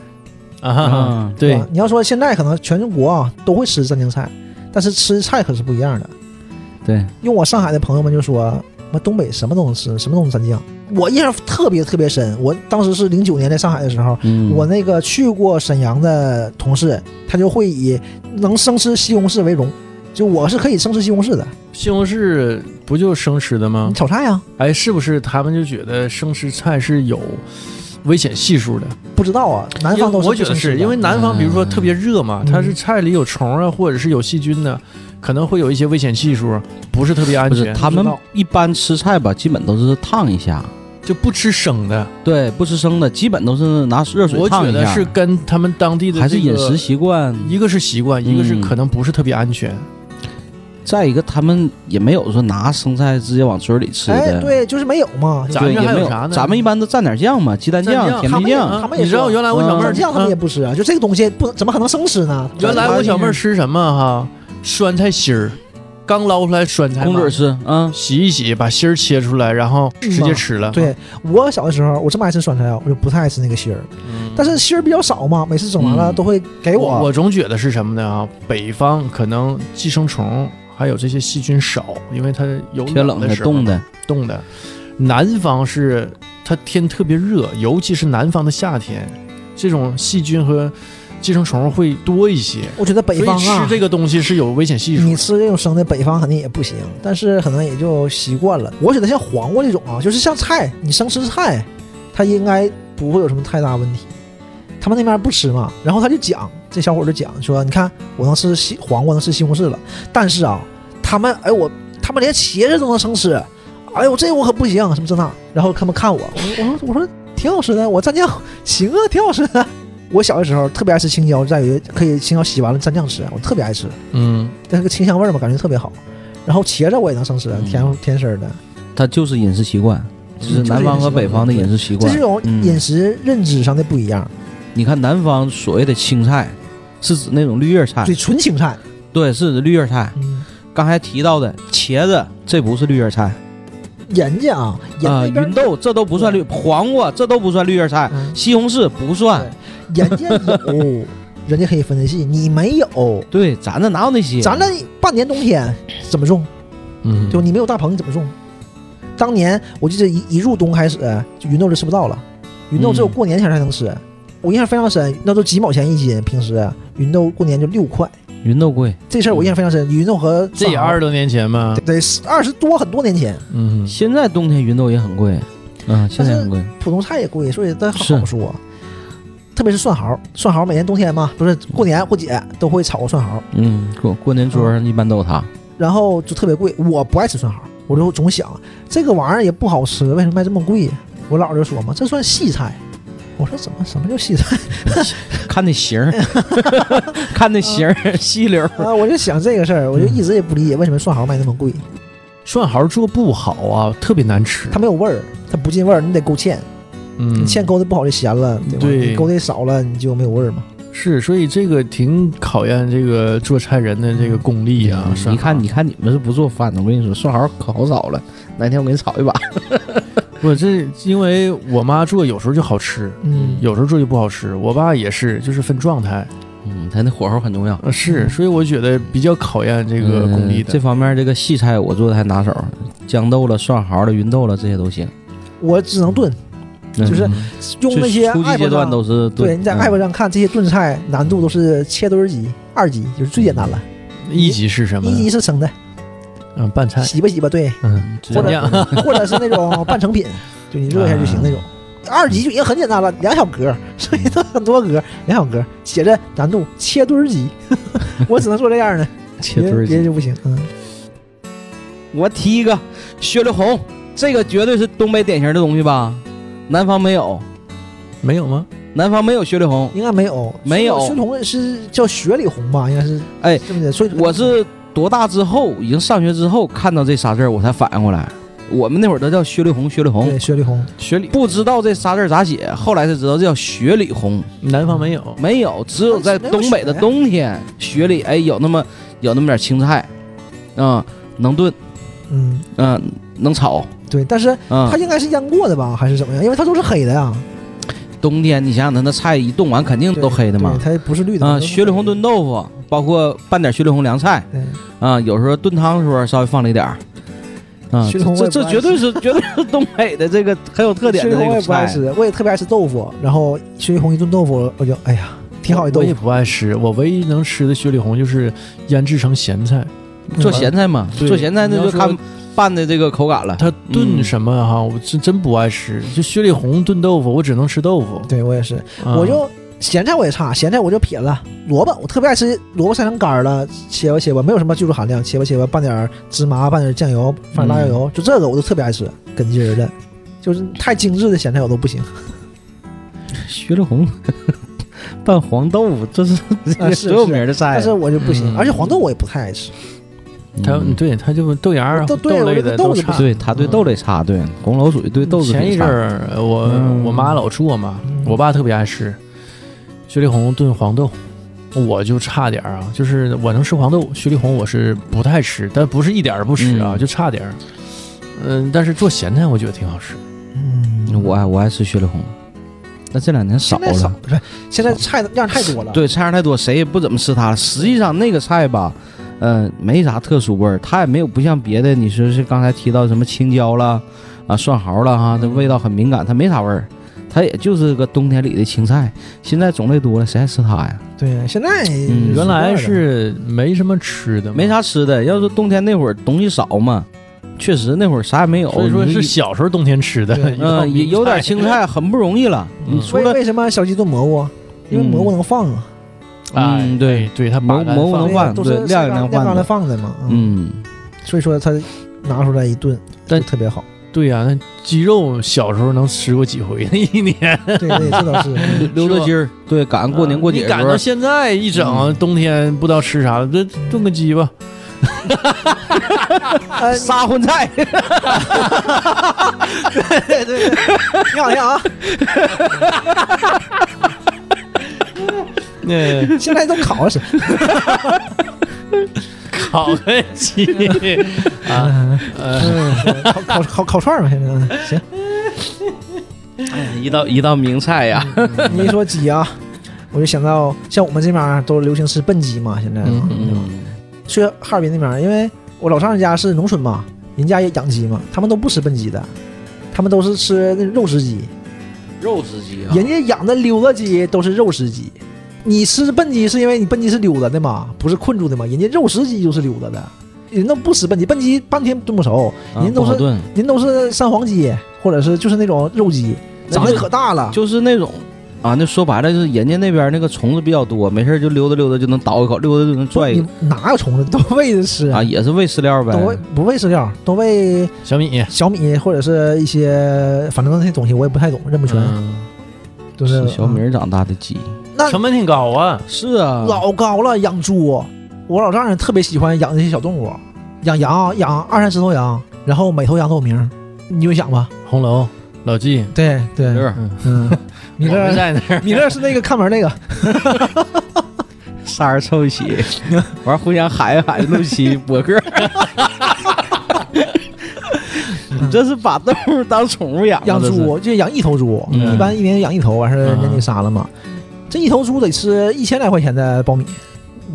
A: 啊哈哈，
C: 嗯
A: 对
B: 啊，你要说现在可能全国啊都会吃蘸酱菜，但是吃菜可是不一样的。
C: 对，
B: 用我上海的朋友们就说，我东北什么都能吃，什么都能蘸酱。我印象特别特别深，我当时是零九年在上海的时候，
C: 嗯，
B: 我那个去过沈阳的同事，他就会以能生吃西红柿为荣。就我是可以生吃西红柿的，
A: 西红柿不就生吃的吗
B: 你？炒菜呀、
A: 哎，是不是他们就觉得生吃菜是有危险系数的？
B: 不知道啊，南方都是
A: 因为我
B: 不
A: 觉得
B: 生吃
A: 是
B: 的
A: 因为南方，比如说特别热嘛，
B: 嗯
A: 它是菜里有虫啊，或者是有细菌的，可能会有一些危险系数，不是特别安
C: 不是
A: 全。
C: 他们
B: 不知道
C: 一般吃菜吧，基本都是烫一下，
A: 就不吃生的。
C: 对，不吃生的，基本都是拿热水
A: 我
C: 烫
A: 觉
C: 一
A: 得
C: 下
A: 是，跟他们当地的
C: 还是
A: 这个
C: 饮食，习惯。
A: 一个是习惯，一个是
C: 嗯
A: 可能不是特别安全。
C: 再一个，他们也没有说拿生菜直接往嘴里吃
B: 哎，
C: 的，
B: 对，就是没有嘛。
A: 咱
C: 对
A: 们
C: 也
A: 还
C: 没
A: 有啥呢
C: 咱们一般都蘸点酱嘛，鸡蛋
A: 蘸酱
C: 甜
B: 他
C: 面
B: 们也
C: 酱
B: 啊，他们也
A: 你知道
B: 说
A: 原来我小妹儿
B: 蘸酱他们也不吃啊，就这个东西不能怎么可能生吃呢？
A: 嗯原来我小妹儿吃什么啊哈？酸菜心儿，刚捞出来酸菜嘛
C: 空嘴吃啊。
A: 洗一洗，把心儿切出来，然后直接吃了。
B: 对我小的时候，我这么爱吃酸菜啊，我就不太爱吃那个芯儿，
A: 嗯，
B: 但是啊芯儿比较少嘛，每次整完了
C: 嗯
B: 都会给
A: 我我总觉得是什么呢啊？北方可能寄生虫还有这些细菌少，因为它有
C: 天冷
A: 的
C: 的、
A: 时候
C: 冻的，
A: 冻的。南方是它天特别热，尤其是南方的夏天，这种细菌和寄生虫会多一些。
B: 我觉得北方
A: 所以
B: 啊
A: 吃，这个东西是有危险系数的。
B: 你吃这种生的，北方肯定也不行，但是可能也就习惯了。我觉得像黄瓜这种啊，就是像菜，你生吃菜，它应该不会有什么太大问题。他们那边不吃嘛，然后他就讲，这小伙就讲说，你看我能吃西黄瓜，能吃西红柿了，但是啊，他们哎我，他们连茄子都能生吃，哎呦这我可不行，什么这那，然后他们看我，我我说我说挺好吃的，我蘸酱行啊，挺好吃的。 我小的时候特别爱吃青椒，在于可以青椒洗完了蘸酱吃，我特别爱吃。
A: 嗯，
B: 但是个清香味儿嘛，感觉特别好。然后茄子我也能生吃，
C: 嗯
B: 甜甜丝儿的。
C: 它就是饮食习惯，就是南方和北方的饮食习
B: 这
C: 惯
B: 是。种
C: 嗯
B: 饮食认知上的不一样。
C: 你看南方所谓的青菜，是指那种绿叶菜
B: 对，，纯青菜，
C: 对，是指绿叶菜。
B: 嗯，
C: 刚才提到的茄子，这不是绿叶菜
B: 人家啊，人
C: 啊，
B: 那边
C: 芸豆这都不算绿，黄瓜这都不算绿叶菜，
B: 嗯
C: 西红柿不算。
B: 人家 有，人家可以分得细，你没有。
C: 对，咱这哪有那些？
B: 咱这半年冬天怎么种？
A: 嗯，
B: 就你没有大棚，你怎么种？当年我记得一一入冬开始，就芸豆就吃不到了，芸豆只有
C: 嗯
B: 过年前才能吃。我印象非常深，那都几毛钱一斤，平时芸豆过年就六块。
C: 芸豆贵，
B: 这事儿我印象非常深，
C: 嗯
B: 芸豆和
A: 这也
B: 枣
A: 二十多年前吧。
B: 得是二十多很多年前，
A: 嗯，
C: 现在冬天芸豆也很贵，嗯，现在很贵。
B: 普通菜也贵，所以它
C: 是
B: 好说。特别是蒜毫，蒜毫每年冬天嘛，不是过年过节都会炒个蒜毫，
C: 嗯，过过年桌上一般都有它。
B: 然后就特别贵。我不爱吃蒜毫，我就总想这个玩意儿也不好吃，为什么卖这么贵？我姥就说嘛，这算细菜。我说怎么什么叫细菜
C: 看那形 儿，看那形儿，细溜儿。
B: 啊？我就想这个事儿，我就一直也不理解为什么蒜毫卖那么贵，
A: 蒜毫做不好啊，特别难吃。
B: 它没有味儿，它不进味儿，你得勾芡，
A: 嗯
B: 你芡勾的不好就咸了，对吧？
A: 对
B: 你勾的少了你就没有味儿嘛。
A: 是，所以这个挺考验这个做菜人的这个功
C: 哎
A: 力
B: 嗯
A: 啊。蒜
C: 你
A: 毫
C: 看，你看，你们是不做饭的。我跟你说，蒜毫可好找了，哪天我给你炒一把。
A: 我这因为我妈做有时候就好吃，
B: 嗯，
A: 有时候做就不好吃。我爸也是，就是分状态。
C: 嗯，他那火候很重要，
A: 呃，是，
B: 嗯
A: 所以我觉得比较考验这个功力
C: 嗯这
A: 的。
C: 方面这个细菜我做的还拿手，豇豆了、蒜毫了、芸豆了这些都行。
B: 我只能炖，就是
A: 嗯
B: 用那些
C: 初级
B: app
C: 阶段
B: 上
C: 都是嗯
B: 对，你在 app 上看这些炖菜难度都是切墩儿级、二级，就是最简单了。
A: 一级是什么？
B: 一级是生的，
A: 嗯，拌菜。
B: 洗吧洗吧，对，
A: 嗯，
B: 或
A: 蘸
B: 者
A: 酱。
B: 或者是那种半成品，就你热一下就行那种。
C: 嗯
B: 二级就已经很简单了，两小格，所以它很多格，两小格，写着难度切墩儿级， 我只能做这样的，
C: 切
B: 别
C: 墩儿
B: 别
C: 鸡
B: 的就不行。嗯，
C: 我提一个雪里红，这个绝对是东北典型的东西吧？南方没有，
A: 没有吗？
C: 南方没有雪里红。
B: 应该没有，
C: 没有
B: 熏红是叫雪里红吧？应该是，
C: 哎
B: 对不对？所以
C: 我是多大之后，已经上学之后看到这仨字儿，我才反应过来。我们那会儿都叫雪里红，雪里红
B: 对，雪里红，
A: 雪里
C: 不知道这仨字儿咋写，后来才知道这叫雪里红，
A: 南方没有。
C: 没有，只有在东北的冬天，雪里哎有那么有那么点青菜，啊、能炖，
B: 嗯，
C: 嗯、能炒，
B: 对，但是
C: 嗯、
B: 它应该是腌过的吧，还是怎么样？因为它都是黑的呀，
C: 冬天你想想，它那菜一冻完肯定
B: 对
C: 都黑的嘛
B: 对，，它不是绿的
C: 啊、
B: 都是
C: 雪里红炖豆腐，包括拌点雪里红凉菜，
B: 对
C: 啊、有时候炖汤的时候稍微放了一点儿。啊、
B: 雪里
C: 这
B: 红我
C: 这
B: 也
C: 这
B: 不爱
C: 绝对是绝对是东北的这个很有特点的
B: 雪
C: 这
B: 里红我
C: 个
B: 也不爱
C: 菜，
B: 吃，我也特别爱吃豆腐。然后雪里红一炖豆腐，我就哎呀，挺好一豆
A: 我也
B: 腐。
A: 不爱吃，我唯一能吃的雪里红就是腌制成咸菜。
B: 嗯
C: 做咸菜嘛，
A: 对
C: 做咸菜那
A: 你
C: 就
A: 要说
C: 看拌的这个口感了。
A: 它炖
C: 嗯
A: 什么哈、我真真不爱吃。就雪里红炖豆腐，我只能吃豆腐。
B: 对我也是，
A: 啊
B: 我就咸菜我也差，咸菜我就撇了。萝卜我特别爱吃，萝卜晒成干儿了，切吧切吧，没有什么技术含
C: 嗯
B: 量，切吧切吧，拌点儿芝麻，拌点儿酱油，放点儿辣椒油，就这个我都特别爱吃，根茎儿的。就是太精致的咸菜我都不行。
C: 徐乐红拌黄豆腐，这是
B: 啊是
C: 所有名的菜啊。
B: 但是我就不行，
A: 嗯
B: 而且黄豆我也不太爱吃。
C: 嗯
A: 他对他就豆芽儿啊
B: 豆对
A: 豆
B: 我
A: 类
B: 这
A: 的
B: 豆
A: 都
B: 子
A: 差。嗯
C: 对他对豆类差，对红楼属于对豆子
A: 前
C: 挺
A: 一阵
C: 差。
A: 儿呃我、
C: 嗯
A: 我妈老出我妈
B: 嗯，
A: 我爸特别爱吃雪里红炖黄豆，我就差点儿啊，就是我能吃黄豆，雪里红我是不太吃，但不是一点儿不吃啊，
C: 嗯
A: 就差点儿。嗯，但是做咸菜我觉得挺好吃。
B: 嗯
C: 我爱我爱吃雪里红，但这两年少
B: 现在少
C: 了。
B: 不是现在菜量太多了。
C: 对，菜样太多，谁也不怎么吃它了。实际上那个菜吧，呃，没啥特殊味儿，它也没有不像别的，你说是刚才提到什么青椒啦，啊，蒜毫啦，哈，这味道很敏感，它没啥味儿，它也就是个冬天里的青菜。现在种类多了，谁还吃它呀？
B: 对，现在
C: 嗯
A: 原来是没什么吃的，
C: 没。啥吃的。要说冬天那会儿东西少嘛，确实那会儿啥也没有。
A: 所以说
C: 你
A: 是小时候冬天吃的
B: 对，
A: 一道
C: 嗯，也有点
A: 名菜
C: 青菜，很不容易了。
A: 嗯
C: 你除
B: 为
C: 了
B: 为什么小鸡炖蘑菇？因为蘑菇能放啊，
A: 哎
C: 嗯对
A: 对，它
C: 蘑
A: 把它
C: 蘑菇
A: 放
C: 能
B: 对
C: 放
B: 都
C: 对
B: 是
C: 晾也
B: 晾
C: 能放
B: 晾干
C: 的
B: 了放的嘛。，
C: 嗯，
B: 所以说它拿出来一炖，
A: 但
B: 就特别好。
A: 对呀、那鸡肉小时候能吃过几回？一年
B: 对对，这倒是。嗯
C: 溜溜达筋儿，对，赶 上过年过
A: 嗯
C: 节
A: 你
C: 的
A: 赶
C: 时候
A: 到，现在一整、
C: 嗯
A: 冬天不知道吃啥了，这炖个鸡 吧，
B: 呃，你
C: 杀荤 菜。
B: 对对对，你好像啊，
C: 哎
A: 那
B: 现在都烤 了是？
A: 烤个鸡啊，
B: 嗯，
A: 呃，
B: 烤烤烤烤串儿嘛，现在嗯行。
C: 一道一道名菜呀，
B: 你一说鸡啊，我就想到像我们这边儿都流行吃笨鸡嘛，现在啊
A: 嗯
B: 对吧去哈尔滨那边儿，因为我老丈人家是农村嘛，人家也养鸡嘛，他们都不吃笨鸡的，他们都是吃那肉食鸡，
C: 肉食鸡
A: 啊
B: 人家养的溜达鸡都是肉食鸡。你吃笨鸡是因为你笨鸡是溜达的嘛，不是困住的嘛，人家肉食鸡就是溜达的，人都不吃笨鸡，笨鸡半天炖不熟，人都是
C: 啊
B: 啊
C: 炖，
B: 人都是三黄鸡或者是就是那种肉鸡，
C: 那
B: 长得
C: 就
B: 可大了，
C: 就是那种啊，那说白了就是人家那边那个虫子比较多，没事儿就溜达溜达就能倒一口，溜达就能拽一
B: 你
C: 口
B: 哪有虫子都喂着吃
C: 啊，也是喂饲料呗
B: 都。喂不喂饲料，都喂
A: 小米，
B: 小米或者是一些反正那些东西我也不太懂，认不全，
A: 嗯，
B: 就是啊嗯
C: 小米儿长大的鸡，
B: 那
A: 成本挺高啊，
C: 是啊，
B: 老高了，养猪。我老丈人特别喜欢养这些小动物，养羊，养二三十头羊，然后每头羊都有名儿，你就想吧。
A: 红楼老纪，
B: 对对
C: 是
B: 嗯，米
A: 我们
B: 勒，
A: 啊在那儿，
B: 米勒是那个看门那个，
C: 仨人凑一 起，完互相喊一喊，录 起博客。你这是把动物当宠物 养啊
B: 养
C: 这是
B: 猪就养一头猪，
C: 嗯
B: 一般一年养一头，完事儿人家给杀了嘛。这一头猪得吃一千来块钱的苞米，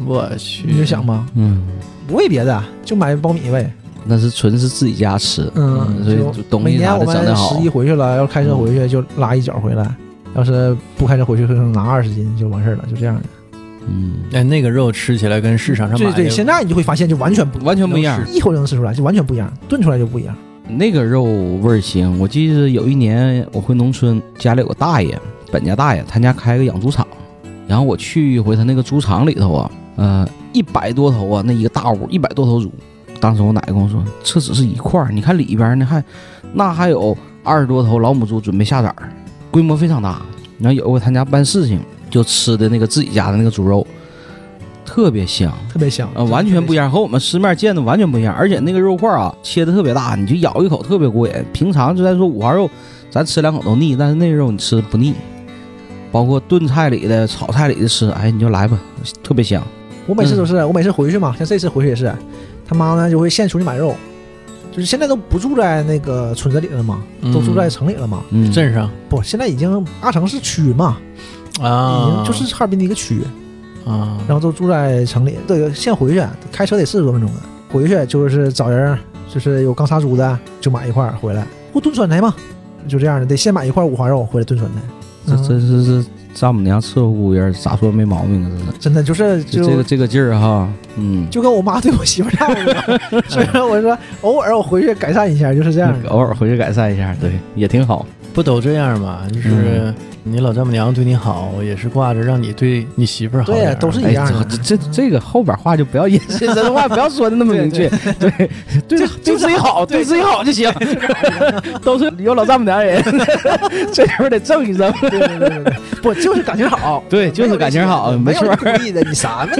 A: 我去，
B: 你就想吧，
C: 嗯，
B: 不喂别的，就买苞米喂。
C: 那是纯是自己家吃，
B: 嗯，
C: 所以
B: 就
C: 东
B: 每
C: 西
B: 年
C: 啥
B: 我
C: 的整
B: 们
C: 得
B: 十
C: 好嗯
B: 一。回去了，要开车回去就拉一脚回来，要是不开车回去，可能拿二十斤就完事儿了，就这样的。
C: 嗯，
A: 哎，那个肉吃起来跟市场上买
B: 对
A: 的
B: 对，现在你就会发现就完全不，
C: 完全不一样。
B: 一口就能吃出来，就完全不一样，炖出来就不一样。
C: 那个肉味儿行。我记得有一年我回农村，家里有个大爷，本家大爷，他家开个养猪场，然后我去一回他那个猪场里头啊，呃，一百多头啊，那一个大屋一百多头猪。当时我奶奶跟我说，这只是一块儿，你看里边呢还，那还有二十多头老母猪准备下崽儿，规模非常大。然后有一回他家办事情，就吃的那个自己家的那个猪肉，特别香。
B: 特别香，
C: 啊，完全不一样，和我们市面见的完全不一样。而且那个肉块儿啊，切的特别大，你就咬一口特别过瘾。平常就咱说五花肉，咱吃两口都腻，但是那肉你吃不腻。包括炖菜里的、炒菜里的吃，哎，你就来吧，特别香。
B: 我
C: 嗯
B: 每次都是，我每次回去嘛，像这次回去也是，他妈呢就会现出去买肉，就是现在都不住在那个村子里了嘛，都住在城里了嘛。
C: 嗯，
A: 镇上
B: 不，现在已经阿城是区嘛，
C: 嗯哎
B: 已
A: 啊
B: 经，就是哈尔滨的一个区，
A: 啊，
B: 然后都住在城里。这个现回去啊开车得四十多分钟呢，回去就是找人，就是有刚杀猪的就买一块儿回来，或炖酸菜嘛，就这样的，得先买一块五花肉回来炖酸菜。
C: 这
B: 嗯
C: 真是是丈母娘伺候姑爷，咋说没毛病啊？真的，
B: 真的就是
C: 就
B: 就
C: 这个这个劲儿哈，嗯，
B: 就跟我妈对我媳妇差不 多。所以说我说偶尔我回去改善一下，就是这样的。
C: 偶尔回去改善一下，对，也挺好。
A: 不都这样吗？就是
C: 嗯
A: 你老丈母娘对你好，也是挂着让你对你媳妇儿好
B: 对
A: 点
B: 呀
A: 儿。
B: 都是一
C: 哎，
B: 样的
C: 这这这个后边话就不要 引申，这话不要说的那么明确，对对对
B: 就
C: 自己好，对自己好就行。 都是有老丈母娘人，这时候得正一正。
B: 对对对对，对不就是感情好，
C: 对，就是感情好，没
B: 没有
C: 错
B: 你。故意的，你啥呢？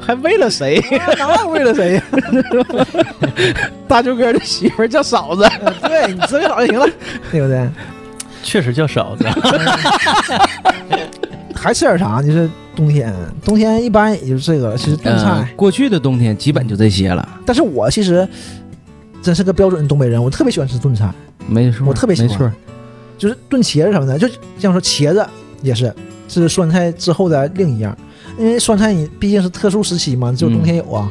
C: 还为了 谁？
B: 那为了 谁呀？
C: 大舅哥的媳妇儿叫嫂子，
B: 对你自己找就行了，对不对？
A: 确实叫嫂子，
B: 还吃点啥？就是冬天，冬天一般也就是这个了，其实炖菜。
C: 嗯过去的冬天基本就这些了，
B: 但是我其实真是个标准的东北人，我特别喜欢吃炖菜，
C: 没错，
B: 我特别喜
C: 没
B: 欢
C: 错。
B: 就是炖茄子什么的，就像说茄子也是是酸菜之后的另一样，因为酸菜你毕竟是特殊时期嘛，只有冬天有啊，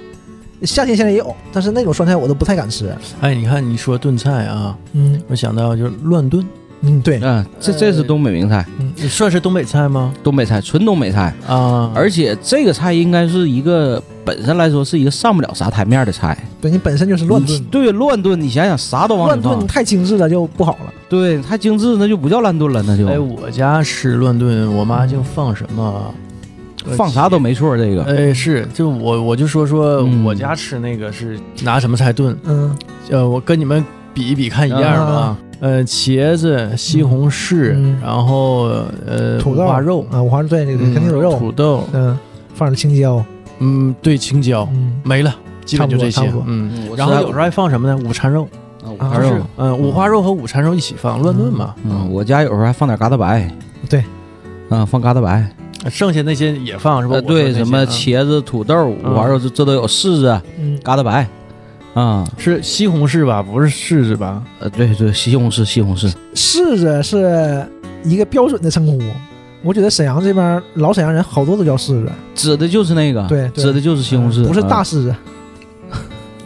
B: 夏天现在也有，但是那种酸菜我都不太敢吃。
A: 哎，你看你说炖菜啊，
B: 嗯
A: 我想到就是乱炖，
B: 嗯，对，
C: 嗯，这这是东北名菜，
A: 算是东北菜吗？
C: 东北菜，纯东北菜。
A: 啊，
B: 嗯
C: 而且这个菜应该是一个本身来说是一个上不了啥台面的菜，
B: 对你本身就是乱炖
C: 你，对乱炖，你想想啥都往
B: 乱
C: 里放
B: 炖，太精致了就不好了。
C: 对，太精致那就不叫乱炖了，那就、
A: 哎，我家吃乱炖，我妈就放什么，
C: 嗯呃放啥都没错。这个
A: 哎，是，就我我就说说
C: 嗯
A: 我家吃那个是拿什么菜炖，
B: 嗯
A: 呃，我跟你们比一比看一样吧
B: 啊。
A: 呃，茄子、西红柿，
B: 嗯
A: 然后呃，
B: 土豆
A: 五花肉，
B: 啊，五花肉对，这个
A: 嗯
B: 肯定有肉，
A: 土豆，
B: 嗯，放点青椒，
A: 嗯，对，青椒
B: 嗯，
A: 没了，基本就这
B: 差
A: 些
B: 不多差不多，
A: 嗯。
C: 我
A: 然后有时候还放什么呢？午餐肉，
C: 候
B: 啊
C: 花
A: 就
C: 肉
A: 是，嗯，五花肉和午餐肉一起放，乱炖嘛。
C: 嗯，我家有时候还放点疙瘩白，
B: 对，
C: 嗯，放疙瘩白，
A: 剩下那些也放是吧？
C: 呃，
A: 我说那
C: 对，
A: 些
C: 什么
A: 啊
C: 茄子、土豆、
A: 嗯
C: 五花肉，这这都有，柿子、
B: 嗯，
C: 疙瘩白，啊，
A: 是西红柿吧？不是柿子吧？
C: 呃，对对，西红柿，西红柿，
B: 柿子是一个标准的称呼。我觉得沈阳这边老沈阳人好多都叫柿子，
C: 指的就是那个，
B: 对对
C: 指的就是西红柿，
B: 不是
C: 啊
B: 大柿嗯子。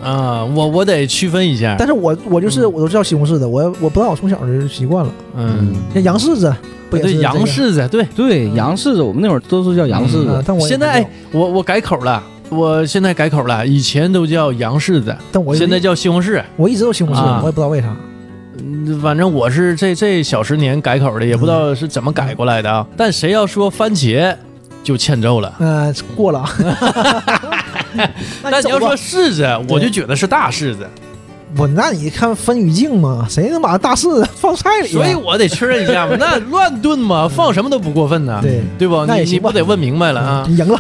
A: 啊，我我得区分一下。
B: 但是我我就是
A: 嗯
B: 我都知道西红柿的，我我不知道我从小就习惯了。
A: 嗯，
B: 像洋柿子不也
A: 对
B: 是，
A: 洋柿子，对
C: 对，洋柿子，我们那会儿都是叫洋柿
B: 这
C: 子
B: 个？啊，但我也
A: 现在哎我我改口了，我现在改口了，以前都叫洋柿子，
B: 但我
A: 现在叫西红柿。
B: 我一直都西红
A: 啊
B: 柿，我也不知道为啥。
A: 嗯，反正我是这这小十年改口的，也不知道是怎么改过来的啊。但谁要说番茄，就欠揍了。
B: 呃，过了啊。
A: 但你要
B: 走
A: 说
B: 吧
A: 柿子，我就觉得是大柿子，
B: 我那你看分语境嘛，谁能把大柿子放菜里啊？
A: 所以我得确认一下嘛。那乱炖 嘛，放什么都不过分呐，
B: 对，
A: 对不？
B: 那也
A: 你你
B: 行吧
A: 不得问明白了啊？
B: 你赢了。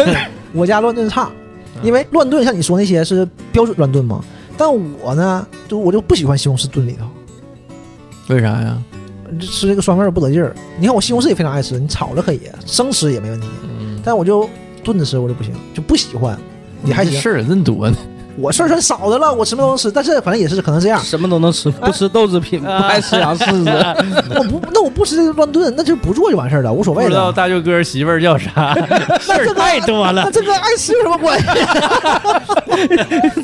B: 我家乱炖差，因为乱炖像你说那些是标准乱炖嘛，但我呢，就我就不喜欢西红柿炖里头，
A: 为啥呀？
B: 吃这个酸味儿不得劲儿。你看我西红柿也非常爱吃，你炒了可以，生吃也没问题，
A: 嗯，
B: 但我就炖着吃我就不行，就不喜欢。也还行，
A: 事儿真啊多呢。
B: 我事儿算少的了，我什么都能吃，但是反正也是可能这 样。
C: 啊什么都能吃，
A: 哎
C: 不吃豆制品，不爱吃洋柿
A: 啊
C: 子，
B: 我不，那我不吃这个乱炖，那就不做就完事儿了，无所
A: 不
B: 谓
A: 知道
B: 了。
A: 大舅哥媳妇儿叫 啥，事儿太多了
B: 那。这跟爱吃有什么关系？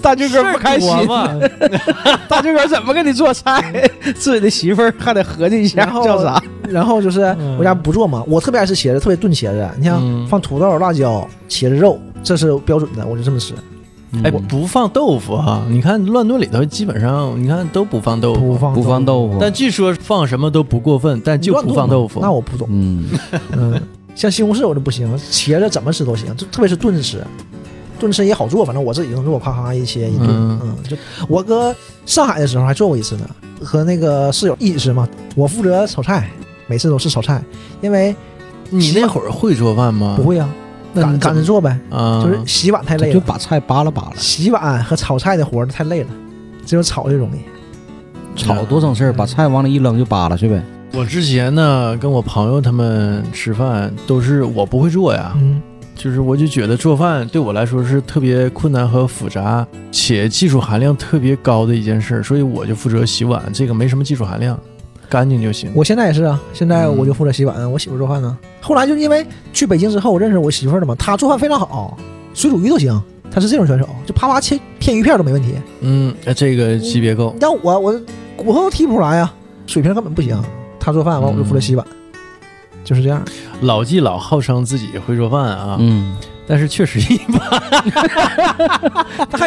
C: 大舅哥不开心
A: 事儿，多嘛
C: 大舅哥怎么给你做菜？自己的媳妇儿还得合计一下
B: 然后
C: 叫啥？
B: 然后就是
A: 嗯
B: 我家不做嘛，我特别爱吃茄子，特别炖茄子。你像
A: 嗯
B: 放土豆、辣椒、茄子肉，这是标准的，我就这么吃，
A: 哎，
C: 我
A: 不放豆腐哈、你看乱炖里头基本上，你看都不放豆腐，
B: 放
C: 不放豆腐，
A: 但据说放什么都不过分，但就
B: 乱
A: 不
B: 炖
A: 放
B: 嘛
A: 豆腐。
B: 那我不懂。
C: 嗯，
B: 嗯，像西红柿我就不行，茄子怎么吃都行，就特别是炖着吃。炖吃也好做，反正我自己能做，咔咔一切一炖。
A: 嗯
B: 嗯就我搁上海的时候还做过一次呢，和那个室友一起吃嘛。我负责炒菜，每次都是炒菜，因为
A: 你那会儿会做饭吗？
B: 不会啊，
A: 嗯那
B: 赶
A: 你
B: 赶着做呗，
A: 啊，
B: 就是洗碗太累
C: 就
B: 了，
C: 把菜扒拉扒拉，
B: 洗碗和炒菜的活儿太累了，只有炒最容易。
C: 炒多省事儿，把菜往里一扔就扒拉去呗。
A: 我之前呢，跟我朋友他们吃饭都是我不会做呀，
B: 嗯，
A: 就是我就觉得做饭对我来说是特别困难和复杂，且技术含量特别高的一件事儿，所以我就负责洗碗，这个没什么技术含量，干净就行。
B: 我现在也是啊，现在我就负责洗碗，我媳妇儿做饭呢。后来就是因为去北京之后，我认识我媳妇儿了嘛，她做饭非常好，水煮鱼都行，她是这种选手，就啪啪切片鱼片儿都没问题。
A: 嗯，呃这个级别够。
B: 但我我骨头都踢不出来啊，水平根本不行。她做饭完我就负责洗碗，就是这样。
A: 老纪老号称自己会做饭啊，
C: 嗯，
A: 但是确实一般。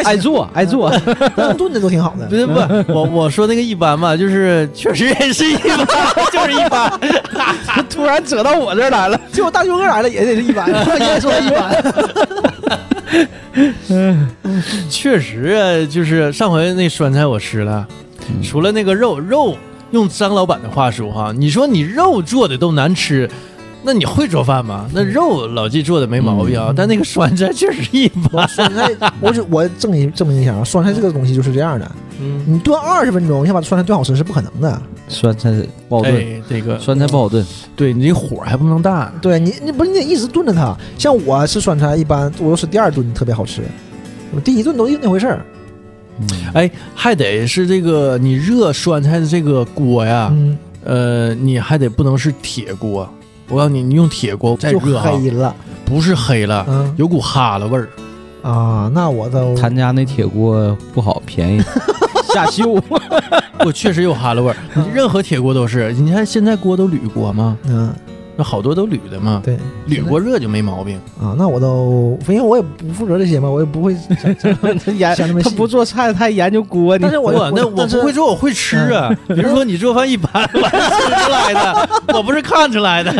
C: 爱做爱做，
B: 那炖的都挺好
A: 不
B: 的，
A: 是不，我我说那个一般吧，就是确实也是一般， 就是一般。
C: 突然扯到我这儿来了。
B: 结果大舅哥来了也得是一般，也得说他一般。
A: 确实啊，就是上回那酸菜我吃了，除了那个肉，肉用张老板的话说哈，你说你肉做的都难吃，那你会做饭吗？那肉老纪做的没毛病啊，但那个酸菜确实一般。
B: 我酸菜，哎我就我证明证明一下啊，酸菜这个东西就是这样的，
A: 嗯，
B: 你炖二十分钟，你想把酸菜炖好吃是不可能的。
C: 酸菜不好炖，
A: 哎，这个
C: 酸菜不好炖。
A: 对你这火还不能大，
B: 对你，你不是你得一直炖着它。像我吃酸菜，一般我都是第二顿特别好吃，我第一顿都一那回事儿。
C: 嗯
A: 哎，还得是这个你热酸菜的这个锅呀，
B: 嗯，
A: 呃，你还得不能是铁锅。我告诉你，你用铁锅再
B: 就
A: 热哈，
B: 黑了。
A: 不是黑了，
B: 嗯
A: 有股哈喇味 儿。
B: 啊，那我都
C: 他家那铁锅不好，便宜，下锈。
A: 我确实有哈喇味儿，
B: 嗯
A: 任何铁锅都是。你看现在锅都铝锅嘛，
B: 嗯，
A: 那好多都铝的嘛，
B: 对
A: 铝锅热就没毛病。
B: 啊，那我都，因为我也不负责这些嘛，我也不会想想
C: 他研
B: 想那么
C: 他
B: 细。
C: 不做菜，他还研究锅。你
B: 但是我
A: 哇那我
B: 但是嗯
A: 不会做，我会吃啊。比如说你做饭一般， 我是吃出来的，我不是看出来的。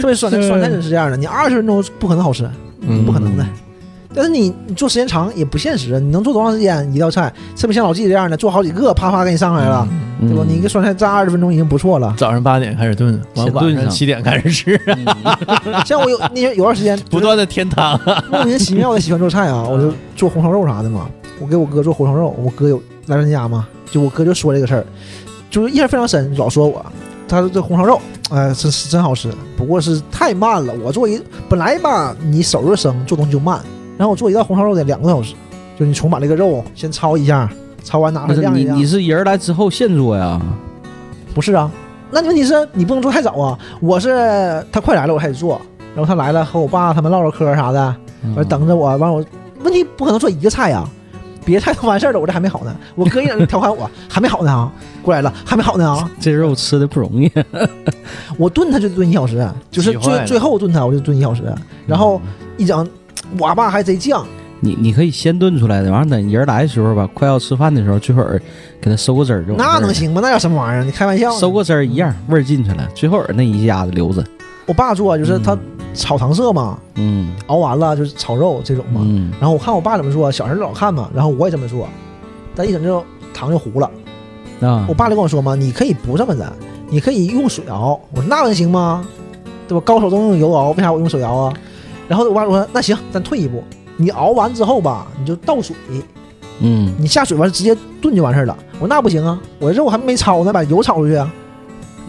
B: 特别酸菜，酸菜真是这样的，你二十分钟不可能好吃，
A: 嗯。
B: 不可能的。但是你你做时间长也不现实，你能做多长时间一道菜？特别像老纪这样的，做好几个，啪啪给你上来了，对吧？你一个酸菜炸二十分钟已经不错 了
A: 早上八点开始炖，完
C: 先
A: 晚
C: 炖
A: 上
C: 上
A: 七点开始 吃，
B: 像我有那些有段时间
A: 不断的添汤。
B: 莫名其妙的喜欢做菜啊，我
C: 嗯
B: 就做红烧肉啥的嘛。我给我哥做红烧肉，我哥有来咱家嘛，就我哥就说这个事儿，就是印象非常深，老说我，他说这红烧肉，哎、真是真好吃，不过是太慢了。我做一本来吧，你手就生，做东西就慢，然后我做一道红烧肉得两个多小时，就你从把这个肉先焯一下，焯完拿
C: 不是
B: 出来晾
C: 你
B: 一晾
C: 你。是人来之后现做呀？
B: 不是啊，那问题是你不能做太早啊。我是他快来了我开始做，然后他来了和我爸他们唠唠嗑啥的，我说等着我，完我问题不可能做一个菜呀、别的菜都完事儿了，我这还没好 呢。我哥一整就调侃我还没好呢 啊，过来了还没好呢啊，
C: 这肉吃的不容易，
B: 我炖它就炖一小时，就是
A: 急坏
B: 最
A: 了
B: 最后炖它我就炖一小时，然后一整我爸还贼犟，
C: 你你可以先炖出来的，完了等人来的时候吧，快要吃饭的时候，最后儿给它收个汁儿就完事儿
B: 那
C: 了
B: 能？行吗？那叫什么玩意儿？你开玩笑呢？
C: 收个汁儿一样味儿进去了，最后儿那一下子留着。
B: 我爸做就是他炒糖色嘛，
C: 嗯
B: 熬完了就是炒肉这种嘛。
C: 嗯，
B: 然后我看我爸怎么做，小时候老看嘛，然后我也这么做，但一整就糖就糊了。
C: 啊，
B: 我爸就跟我说嘛，你可以不这么的，你可以用水熬。我说那能行吗？对吧？高手都用油熬，为啥我用手熬啊？然后我爸说那行，咱退一步，你熬完之后吧，你就倒水，
C: 嗯
B: 你下水完直接炖就完事儿了。我说那不行啊，我肉还没焯呢，把油焯出去啊。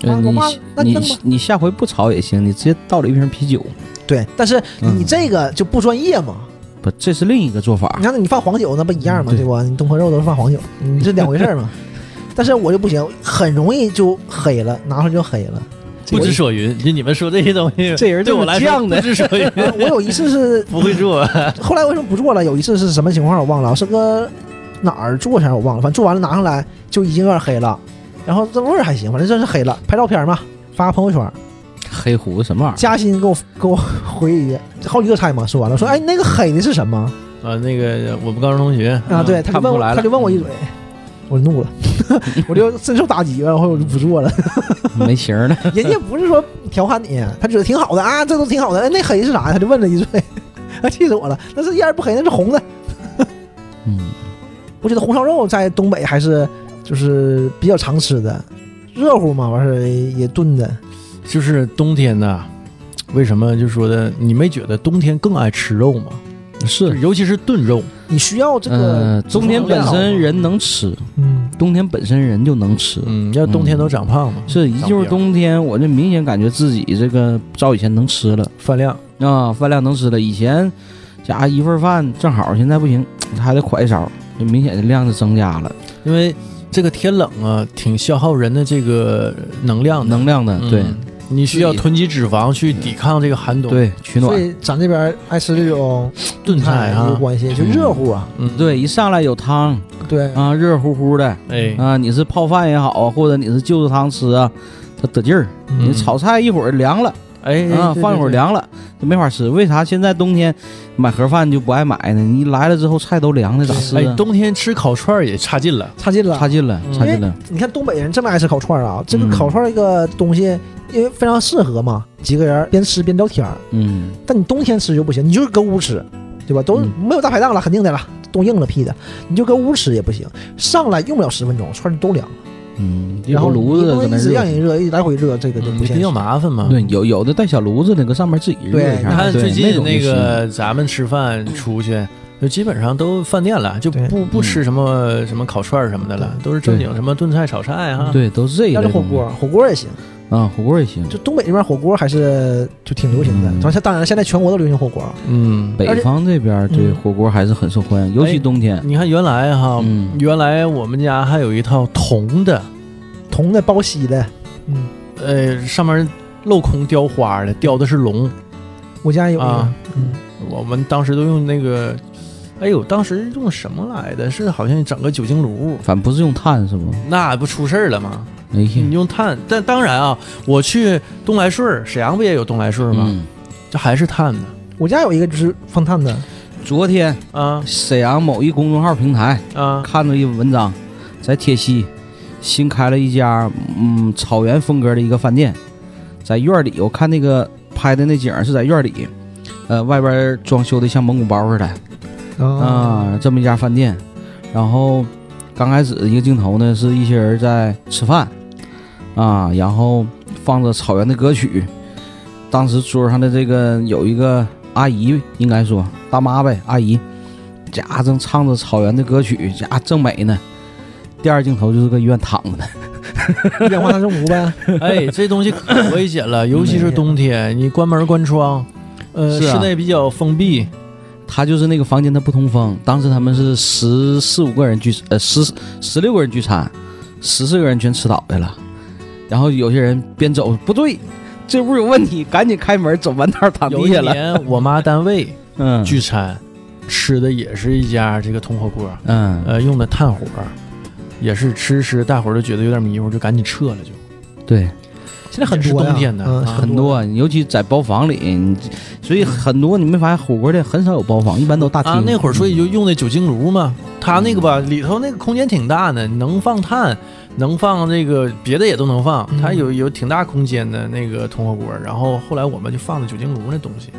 C: 呃
B: 我爸那
C: 你
B: 那
C: 你
B: 么
C: 你下回不炒也行，你直接倒了一瓶啤酒，
B: 对，但是你
C: 嗯
B: 这个就不专业嘛。
C: 不，这是另一个做法
B: 你。看，你放黄酒那不一样
C: 啊
B: 吗？
C: 嗯对
B: 对吧？你东坡肉都是放黄酒，你这两回事儿 嘛。但是我就不行，很容易就黑了，拿出来就黑了。
A: 不知所云，就你们说这些东西，
C: 这人
A: 对
C: 这
A: 我
C: 么
A: 来说
C: 犟
A: 不
C: 的
A: 知所 云，
B: 我我有一次是
A: 不会做。
B: 后来为什么不做了？有一次是什么情况我忘了，是个哪儿做啥我忘了，反正做完了拿上来就已经有点黑了，然后这味儿还行，反正真是黑了。拍照片嘛，发朋友圈，
C: 黑胡子什么玩意
B: 嘉欣给我给我回一句，好几个菜嘛，说完了说哎那个黑的是什么
A: 啊，那个我们高中同学
B: 啊？对，他就
A: 嗯看不
B: 问
A: 出来
B: 我
A: 了
B: 他就问我一嘴，我就怒了，我就深受打击，然后我就不做 了。
C: 儿？ 没形儿 呢。
B: 人家不是说调侃你，他觉得挺好的啊，这都挺好的，哎那黑是啥呀？他就问了一嘴，啊气死我了，那是一然不黑，那是红的。
C: 嗯，，
B: 我觉得红烧肉在东北还是就是比较常吃的，热乎嘛，完事儿也炖的。
A: 就是冬天呐，为什么就说的你没觉得冬天更爱吃肉吗？就是尤其是炖肉，
B: 你需要这
C: 呃
B: 个，
C: 冬天本身人能吃，
B: 嗯，
C: 冬天本身人就能吃。
A: 嗯，要冬天都长胖嘛，
C: 这一进入冬天，我就明显感觉自己这个照以前能吃了
A: 饭量。
C: 啊，饭量能吃了。以前家一份饭正好，现在不行，还得㧟一勺，就明显的量就增加了，
A: 因为这个天冷啊，挺消耗人的这个能量的，
C: 能量的，
A: 嗯
C: 对
A: 你需要囤积脂肪去抵抗这个寒冬。，
C: 对，取
B: 所
C: 暖。嗯
B: 以咱这边爱吃这种
A: 炖菜
B: 有
A: 啊，
B: 关系，就热乎啊，
A: 嗯，
C: 对，，一上来有汤
B: 对，
C: 啊，热乎乎的
A: 哎，
B: 嗯
C: 啊，你是泡饭也好啊，或者你是就着汤吃啊，它得劲儿。你
A: 嗯
C: 炒菜一会儿凉了
A: 哎
C: 啊，放一会儿，凉了，就没法吃。为啥现在冬天买盒饭就不爱买呢？你来了之后菜都凉了，咋吃
A: 哎，
C: 啊？
A: 冬天吃烤串儿也差劲了，
B: 差劲了。哎
C: 差劲了，
A: 嗯
C: 差劲了。
B: 你看东北人这么爱吃烤串儿啊，这个
A: 嗯
B: 烤串儿这个东西，因为非常适合嘛，几个人边吃边聊天儿。
C: 嗯，
B: 但你冬天吃就不行，你就是搁屋吃，对吧？都
C: 嗯
B: 没有大排档了，肯定的了，冻硬了屁的，你就搁屋吃也不行。上来用不了十分钟，串儿就都凉了，
C: 嗯，一
B: 然
C: 有
B: 后
C: 炉子
B: 你
C: 搁
B: 不
C: 那
B: 能一直让人
C: 热，
B: 热，一直来回热，这个就
A: 嗯
B: 不现
A: 比
B: 实
A: 较。麻烦嘛。
C: 对，有有的带小炉子的，搁上面自己热一
B: 对
C: 下。
A: 你看
C: 啊对
A: 最近那
C: 那种就行
A: 个咱们吃饭出去，就基本上都饭店了，就
B: 对
A: 不不
C: 嗯
A: 吃什么什么烤串儿什么的了，都是正经什么炖菜、炒菜哈。，
C: 对，都是这一
B: 啊要
C: 类
B: 是
C: 东西。
A: 嗯
B: 火锅，火锅也行。
C: 啊，火锅也行。
B: 就东北这边火锅还是就挺流行的。
C: 嗯
B: 然后像当然了，现在全国都流行火锅，
A: 嗯，
C: 北
B: 而且
C: 方这边儿对
B: 嗯
C: 火锅还是很受欢迎，尤
A: 哎
C: 其冬天。
A: 你看原来哈，
C: 嗯
A: 原来我们家还有一套铜的，
B: 铜的、包西的。嗯，
A: 呃，上面镂空雕花的，雕的是龙。
B: 我家有一个
A: 啊。
B: 嗯，
A: 我们当时都用那个，哎呦，当时用什么来的？是好像整个酒精炉，
C: 反正不是用炭是不？
A: 那不出事儿了吗？
C: 哎
A: 你
C: 呀，
A: 用炭，但当然啊，我去东来顺儿，沈阳不也有东来顺儿吗？
C: 嗯，
A: 这还是炭的
B: 我家有一个就是放炭的，
C: 昨天
A: 啊
C: 沈阳某一公众号平台
A: 啊！
C: 看到一文章，在铁西新开了一家嗯草原风格的一个饭店，在院儿里，我看那个拍的那景儿是在院儿里，呃，外边儿装修的像蒙古包似的，啊，这么一家饭店，然后刚开始一个镜头呢是一些人在吃饭，啊，然后放着草原的歌曲，当时桌上的这个有一个阿姨，应该说大妈呗，阿姨，家正唱着草原的歌曲，家正美呢。第二镜头就是搁医院躺着呢，
B: 氧化碳中毒呗。
A: 哎，这东西可危险了，尤其是冬天，你关门关窗，呃，
C: 是啊
A: 室内比较封闭，
C: 他就是那个房间，他不通风。当时他们是十四五个人聚，呃，十十六个人聚餐，十四个人全吃倒下了。然后有些人边走，不对，这屋有问题，赶紧开门，走完道躺
A: 有
C: 地
A: 一
C: 下了。
A: 年我妈单位
C: 嗯，
A: 聚餐，吃的也是一家这个铜火锅，
C: 嗯，
A: 呃，用的炭火，也是吃吃，大伙儿都觉得有点迷糊，就赶紧撤了就。
C: 对，
B: 现在很多
A: 是
B: 呀
A: 冬天的
B: 嗯
A: 啊
C: 很多，尤其在包房里，你所以很多你没发现火锅店很少有包房，一般都大厅。
A: 啊，那会儿所以
C: 嗯
A: 就用的酒精炉嘛，它那个吧里头那个空间挺大的，能放炭，能放那个别的也都能放，它
B: 嗯
A: 有有挺大空间的那个铜火锅。然后后来我们就放的酒精炉那东西，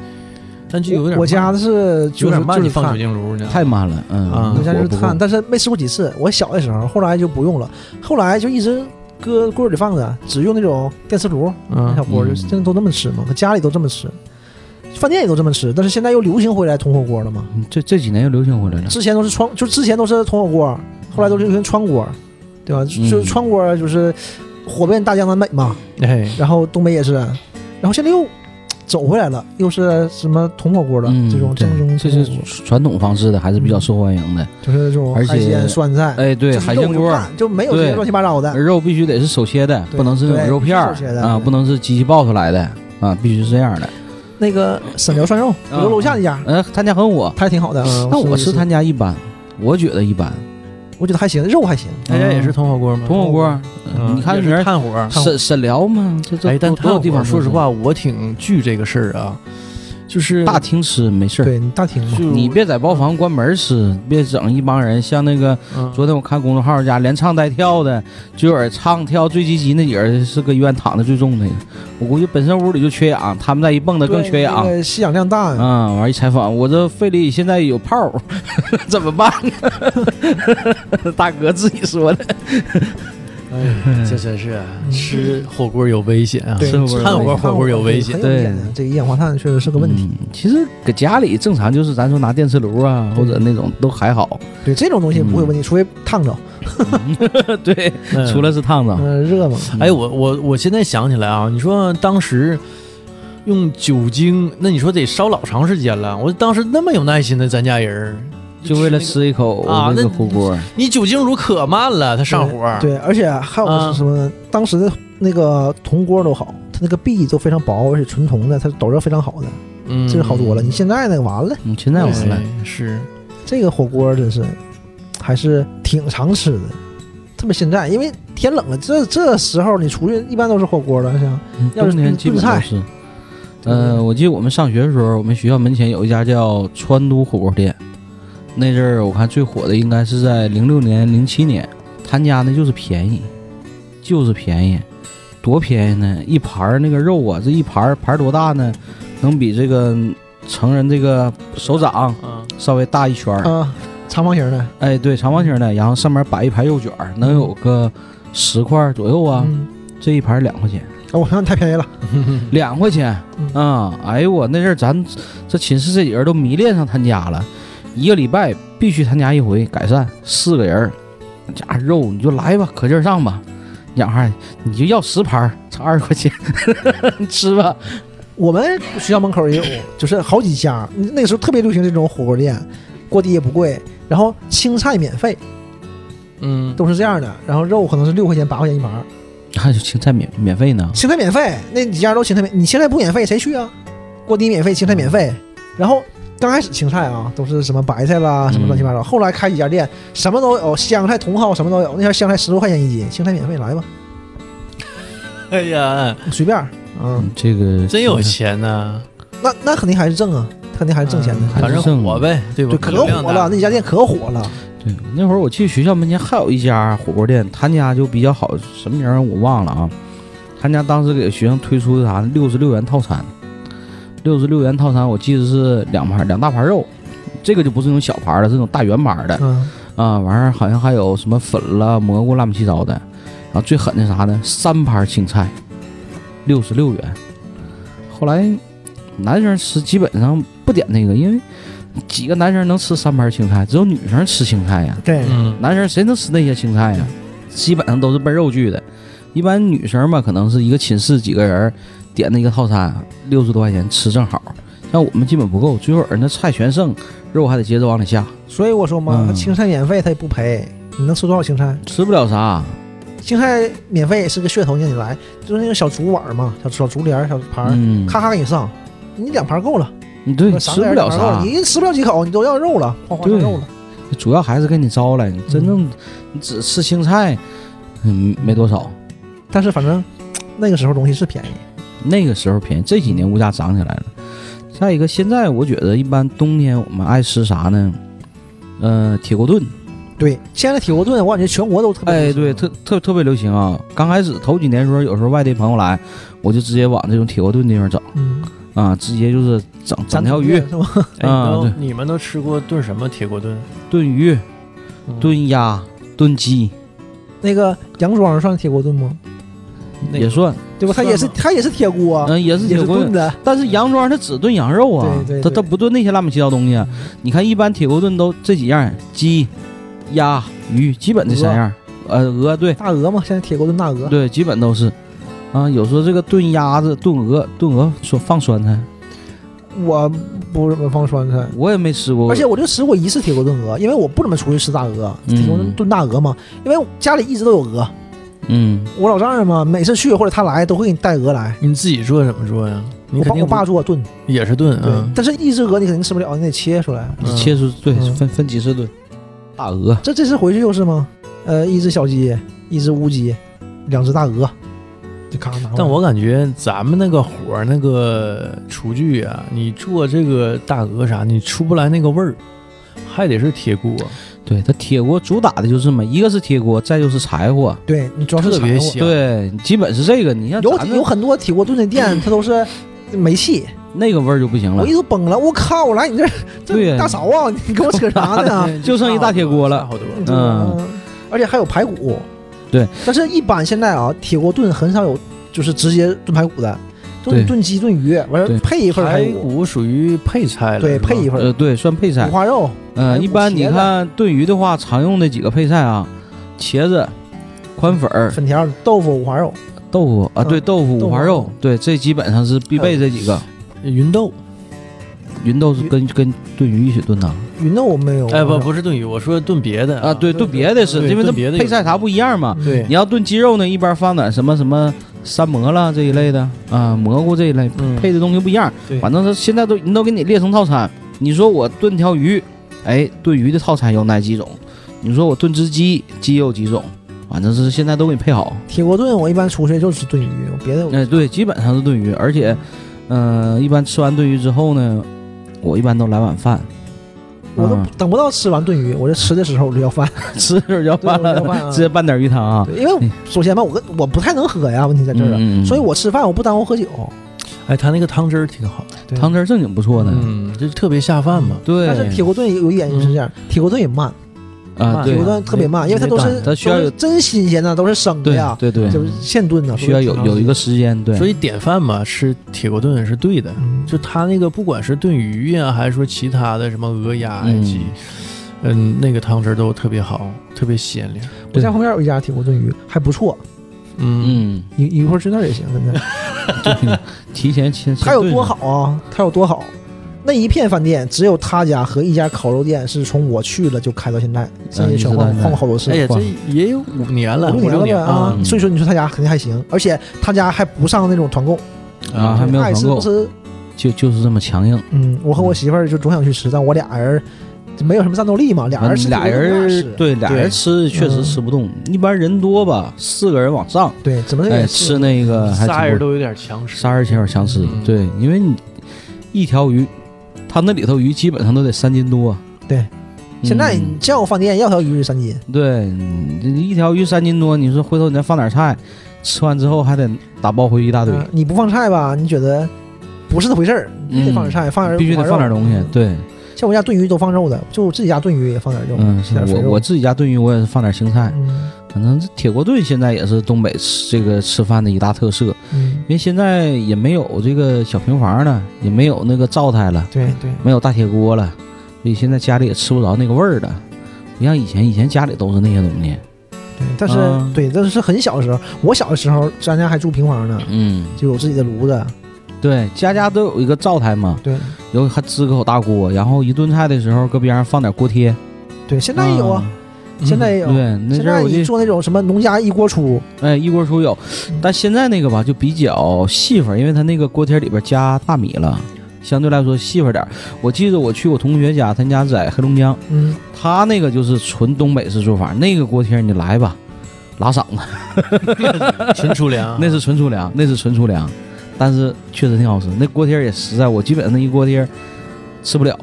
A: 但 就有点
B: 我家
A: 慢
B: 的是
A: 有
B: 就是
A: 点慢，
B: 就
A: 你
B: 是
A: 放酒
B: 炭，
A: 精炉呢？
C: 太慢了，嗯，
A: 啊
B: 我家就
C: 火
B: 是
C: 不够
B: 炭，但是没吃过几次。我小的时候，后来就不用了，后来就一直搁锅里放着，只用那种电磁炉
A: 嗯
B: 小锅，就
C: 嗯
B: 哎现在都那么吃嘛，搁家里都这么吃，饭店也都这么吃。但是现在又流行回来铜火锅了嘛，
C: 嗯这这几年又流行回来了。
B: 之前都是川，就之前都是铜火锅，后来都流
C: 嗯
B: 行川锅，对吧？就就是川锅就是火遍大江南北嘛，
A: 哎，
B: 然后东北也是，然后现在又走回来了，又是什么铜火锅了，
C: 嗯，
B: 这种
C: 对
B: 正宗
C: 这
B: 铜火
C: 是
B: 锅
C: 传统方式的，还是比较受欢迎的。
B: 就是这种
C: 而
B: 海
C: 且
B: 鲜酸菜，
C: 哎，对，
B: 就是
C: 海
B: 肉
C: 鲜
B: 就
C: 锅，
B: 干就没有这
C: 对
B: 些乱七八糟的。
C: 肉必须得是手切的，
B: 啊对
C: 不能是那种
B: 对
C: 肉片儿
B: 必须手切的
C: 啊，
B: 对
C: 不能是机器爆出来的啊，必须是这样的。
B: 那个沈辽涮肉，我
C: 啊
B: 楼楼下那家，
C: 呃，他家很火，
B: 他还挺好的。嗯
C: 但我
B: 吃
C: 吃他，家一般，我觉得一
B: 啊
C: 般。
B: 我觉得还行，肉还行。
A: 大家哎也是铜火锅吗？
C: 铜火锅，呃
A: 嗯，
C: 你看
A: 也
C: 名
A: 是
C: 儿，
A: 炭火。
C: 沈沈辽嘛，这这
A: 哎，但
C: 多
A: 炭
C: 多少地
A: 火
C: 方？
A: 说实，话，我挺惧这个事儿啊，就是
C: 大厅吃没事儿。
B: 对你大厅嘛，
A: 就
C: 你别在包房关门吃，别整一帮人像那个
A: 嗯
C: 昨天我看公众号家连唱带跳的，就有人唱跳最积极那几个人是搁医院躺的最重的。我估计本身屋里就缺氧，他们再一蹦的更
B: 对
C: 缺氧
B: 那。个吸氧量大呀。
C: 啊，完一采访，我这肺里现在有泡儿， 怎么办？ 大哥自己说的，
A: 哎，这真是吃火锅有危险啊！
B: 对
C: 是不是
A: 嗯炭火火锅有危险
B: 很有危险的。这个一氧化碳确实是个问题。
C: 嗯其实搁家里正常，就是咱说拿电磁炉啊，或者那种都还好。
B: 对这种东西不会有问
C: 嗯
B: 题，除非烫
C: 啊
B: 着，
C: 对，
A: 嗯
C: 除了是烫着，
B: 嗯，热嘛。
A: 哎，我我我现在想起来啊，你说当时用酒精，那你说得烧老长时间了。我当时那么有耐心的咱家人儿，
C: 就为了
A: 那个
C: 吃一口
A: 啊那
C: 那个火锅，
A: 你酒精炉可慢了，它 上火。，
B: 对，而且还有
C: 啊
B: 个是什么呢？当时的那个铜锅都好，它那个壁都非常薄，而且纯铜的，它导热非常好的，
A: 嗯，
B: 这个好多了。你现在那个完了，
C: 嗯，现在完了
A: 哎。是
B: 这个火锅真是还是挺常吃的，特别现在，因为天冷了，这这时候你出去一般都是火锅了，像要
C: 冬
B: 是
C: 天
B: 炖
C: 基本
B: 菜
C: 都是。呃，我记得我们上学的时候，我们学校门前有一家叫川都火锅店，那阵儿我看最火的应该是在零六年、零七年，他家呢就是便宜，就是便宜，多便宜呢！一盘儿那个肉啊，这一盘儿盘儿多大呢？能比这个成人这个手掌
A: 嗯，
C: 稍微大一圈儿。
B: 啊，长方形的
C: 哎，对，长方形的，然后上面摆一排肉卷儿，能有个十块儿左右啊。
B: 嗯
C: 这一盘儿两块钱，
B: 啊，我想你太便宜了，
C: 两块钱
B: 嗯
C: 啊！哎呦我那阵儿咱这寝室这几个人都迷恋上他家了，一个礼拜必须他家一回改善，四个人儿，那家肉你就来吧，可劲儿上吧。养孩你就要十盘儿，差二十块钱， 吃吧。
B: 我们学校门口也有，就是好几家，那个时候特别流行这种火锅店，锅底也不贵，然后青菜免费，
A: 嗯，
B: 都是这样的，然后肉可能是六块钱八块钱一盘儿，
C: 还有青菜免免费呢，
B: 青菜免费，那几家都青菜免，你青菜不免费谁去啊？锅底免费，青菜免费，然后。刚开始青菜啊，都是什么白菜啦，什么乱七八糟。后来开几家店，什么都有，哦香菜、茼蒿什么都有。那家香菜十多块钱一斤，青菜免费，来吧，
A: 哎呀，
B: 随便儿。嗯，
C: 嗯这个
A: 真有钱呐、
B: 那那肯定还是挣啊，肯定还是挣钱的。
A: 嗯反正火呗，对吧？
B: 对，可火了，那几家店可火了。
C: 对，那会儿我记得学校门前还有一家火锅店，他家就比较好，什么名儿我忘了啊。他家当时给学生推出的啥六十六元套餐，六十六元套餐，我记得是两盘两大盘肉，这个就不是那种小盘儿了，是那种大圆盘儿的
B: 嗯，
C: 啊。完事儿好像还有什么粉了、蘑菇、乱七八糟的。然后最狠的啥呢？三盘青菜，六十六元。后来男生吃基本上不点那个，因为几个男生能吃三盘青菜，只有女生吃青菜呀。
B: 对，
A: 嗯，
C: 男生谁能吃那些青菜呀？基本上都是奔肉去的。一般女生嘛，可能是一个寝室几个人儿点的一个套餐，啊六十多块钱吃正好。像我们基本不够，最后人家菜全剩，肉还得接着往里下，
B: 所以我说嘛，
C: 嗯
B: 他青菜免费他也不赔，你能吃多少青菜？
C: 吃不了啥。
B: 青菜免费是个噱头，让你来，就是那个小竹碗嘛，小小竹帘儿、小盘儿，
C: 嗯，
B: 咔咔给你上，你两盘够了，
C: 对，
B: 三
C: 吃
B: 个
C: 不了
B: 人两盘够
C: 啥
B: 你，一吃不了几口，你都要肉了，哗哗要
C: 对
B: 肉了。
C: 主要还是给你招来。你真正你只吃青菜，嗯，没多少。
B: 但是反正那个时候东西是便宜，
C: 那个时候便宜，这几年物价涨起来了。再一个，现在我觉得一般冬天我们爱吃啥呢？呃，铁锅炖。
B: 对，现在铁锅炖我感觉全国都特别流
C: 哎，
B: 行啊
C: 对，特特特别流行啊！刚开始头几年的时候，有时候外地朋友来，我就直接往这种铁锅炖地方整
B: 嗯，
C: 啊，直接就是整整
B: 咱
C: 条鱼、
B: 是吧？
A: 哎，你都
C: 啊
A: 你们都吃过炖什么铁锅炖？
C: 炖鱼、
A: 嗯，
C: 炖鸭、炖鸡
B: 那个杨庄算铁锅炖吗？
A: 那
C: 也
A: 个
C: 算，
B: 对吧？它
A: 算
B: 也是
A: 吗
B: 它也是铁锅，啊
C: 嗯，也是
B: 也
C: 铁
B: 是
C: 锅
B: 炖
C: 炖。
B: 的，
C: 但是杨庄它只炖羊肉啊
B: 对对，
C: 它
B: 对
C: 它不炖那些乱七八糟东西。啊你看，一般铁锅炖都这几样：鸡、鸭、鱼，基本这三样。呃，鹅对
B: 大鹅嘛，现在铁锅炖大鹅。
C: 对，基本都是。啊，有时候这个炖鸭子、炖鹅、炖鹅说放酸菜，
B: 我不怎么放酸菜，
C: 我也没吃过。
B: 而且我就吃过一次铁锅炖鹅，因为我不怎么出去吃大鹅，
C: 嗯
B: 铁锅炖大鹅嘛，因为家里一直都有鹅，
C: 嗯，
B: 我老丈人嘛，每次去或者他来都会给你带鹅来。
A: 你自己做怎么做呀？你
B: 我
A: 肯
B: 爸
A: 定
B: 我爸
A: 不
B: 做炖，
A: 也是炖
B: 对，
A: 啊。
B: 但是一只鹅你肯定吃不了，你得切出来。
A: 嗯
C: 切出对
B: 嗯
C: 分分几十吨，大鹅
B: 这这次回去又是吗？呃，一只小鸡，一只乌鸡，两只大鹅，就咔拿过来。
A: 但我感觉咱们那个火儿那个厨具啊，你做这个大鹅啥，你出不来那个味儿，还得是铁锅，
C: 对它铁锅主打的就是嘛，一个是铁锅，再就是柴火，
B: 对你主要是
A: 特别
B: 柴火
A: 香。
C: 对，基本是这个。你像咱
B: 有有
C: 们
B: 很多铁锅炖的店，它都是煤气，
C: 那个味儿就不行了
B: 我一，都崩了，我靠！我来你这儿
C: 对
B: 这
C: 呀
B: 大勺啊，你给我扯啥 呢？
C: 就剩一大铁锅了
A: 差好多。
B: 对吧呃而且还有排
C: 嗯
B: 骨。
C: 对，
B: 但是一般现在啊，铁锅炖很少有就是直接炖排骨的，都是
C: 对
B: 炖鸡、炖鱼，完
C: 对
B: 了配一份
A: 排
B: 排骨，
A: 骨属于配菜了，
B: 对，配一
A: 份。
B: 份
C: 呃，对，算配
B: 五
C: 菜。
B: 花肉，
C: 呃，一般你看炖鱼的话，常用的几个配菜啊，茄子、宽粉儿、
B: 粉条、豆腐、五花肉，
C: 豆腐啊，
B: 嗯
C: 对，豆腐、
B: 豆
C: 五
B: 腐
C: 花肉，对，这基本上是必备这几个。
A: 芸豆，
C: 芸豆是跟跟炖鱼一起炖的
B: 芸豆我没有。啊
A: 哎，不，不是炖鱼，我说炖别的
C: 啊，对，
B: 哦对
C: 炖别的是
A: 对
C: 因为它
A: 炖别的
C: 配
A: 有
C: 菜啥不一样嘛。
A: 对
C: 你，要炖鸡肉呢，一般放点什么什么山蘑啦这一类的啊，蘑菇这一类，
A: 嗯
C: 配的东西不一样。
A: 对
C: 反正是现在都人都给你列成套餐。你说我炖条鱼，哎，炖鱼的套餐有哪几种？你说我炖只鸡，鸡有几种？反正是现在都给你配好。
B: 铁锅炖我一般出去就吃炖鱼，我别的我
C: 哎，对，基本上是炖鱼，而且，嗯、一般吃完炖鱼之后呢，我一般都来碗饭，
B: 我都
C: 嗯
B: 等不到吃完炖鱼，我就吃的时候我就要饭，
C: 吃的时候就要
B: 对我
C: 饭
B: 就要
C: 了，
B: 饭啊
C: 直接拌点鱼汤啊。
B: 对因为我
C: 嗯
B: 首先吧，我跟我不太能喝呀，问题在这儿啊，
C: 嗯嗯嗯
B: 所以我吃饭我不耽误喝酒，
A: 哎，他那个汤汁儿挺好，
B: 对
C: 汤汁儿正经不错的。
A: 嗯，就特别下饭嘛。
C: 对，
B: 但是铁锅炖有一点就是这样，铁锅炖也慢，
C: 啊，
A: 慢
C: 对
A: 有
B: 铁锅
A: 的
B: 炖特别慢，因为它都
A: 没
B: 是
A: 办
C: 它需要
B: 都
C: 有
B: 是真新鲜的，都是生的
C: 对
B: 呀，
C: 对对，
B: 就是现炖的，
C: 需要有有一个时间，对，
A: 所以典范嘛，吃铁锅炖是对的。
B: 嗯
A: 就他那个，不管是炖鱼呀、还是说其他的什么鹅鸭呀、
C: 嗯
A: 鸡，嗯，那个汤汁儿都特别好，特别鲜亮。
B: 我家旁边有一家铁锅炖鱼还不错，
A: 嗯，
C: 嗯，
B: 你你一会儿去那儿也行，真 的。
C: 对提前先
B: 它有多好啊？它有多好？那一片饭店只有他家和一家烤肉店是从我去了就开到现在，剩下全
C: 一直到
B: 换
C: 嗯现在
B: 换过好多次
A: 哎，呀，
C: 哇
A: 这也有五年了，
B: 五
A: 五
B: 六年
A: 六年
B: 了呗啊
A: 啊。
C: 嗯
B: 所以说你说他家肯定还行，而且他家还不上那种团购，
C: 啊，还没有
B: 爱
C: 团
B: 吃不
C: 购，
B: 吃。
C: 就就是这么强硬。
B: 嗯，我和我媳妇儿就总想去吃，但我俩人没有什么战斗力嘛，俩人
C: 嗯
B: 吃
C: 俩人
B: 对
C: 对
B: 嗯
C: 俩人吃确实吃不动，一般人多吧，四个人往上，
B: 对，怎么
C: 哎，
B: 也
C: 吃那个还
A: 仨人
C: 都
A: 都有点强势，
C: 仨人前有点强吃
A: 嗯，
C: 对，因为你一条鱼，它那里头鱼基本上都得三斤多，
B: 对
C: 嗯。
B: 现在你叫我饭店要条鱼是三斤，
C: 对你你一条鱼三斤多，你说回头你再放点菜，吃完之后还得打包回去一大堆，
B: 嗯你不放菜吧，你觉得不是那回事儿，嗯你必须得放点菜，放点
C: 嗯必须得放点东西
B: 肉。嗯
C: 对，
B: 像我家炖鱼都放肉的，就我自己家炖鱼也放点肉，
C: 嗯，哎是
B: 点肥
C: 我
B: 肉
C: 我自己家炖鱼我也是放点青菜，
B: 嗯
C: 反正这铁锅炖现在也是东北吃这个吃饭的一大特色，
B: 嗯，
C: 因为现在也没有这个小平房了，也没有那个灶台了，
B: 对对，
C: 没有大铁锅了，所以现在家里也吃不着那个味儿了。不像以前，以前家里都是那些东西。
B: 对，但是、
C: 嗯
B: 对，但是很小的时候，我小的时候，咱家还住平房呢，
C: 嗯，
B: 就有自己的炉子。
C: 对，家家都有一个灶台嘛，
B: 对
C: 有还支口大锅，然后一炖菜的时候搁边上放点锅贴。
B: 对，现在也有啊，
A: 嗯
B: 现 在也有。
C: 对，那
B: 现
C: 阵
B: 在
C: 儿我
B: 你
C: 就
B: 做那种什么农家一锅出，
C: 哎一锅出有，
B: 嗯
C: 但现在那个吧就比较细份儿，因为它那个锅贴里边加大米了，相对来说细份儿点儿。我记得我去我同学家，他家在黑龙江。
B: 嗯，
C: 他那个就是纯东北式做法，那个锅贴你来吧，拉嗓子，，
B: 啊
A: 纯粗粮
C: 那是纯粗粮，那是纯粗粮，但是确实挺好吃。那锅贴也实在，我基本上那一锅贴吃不了，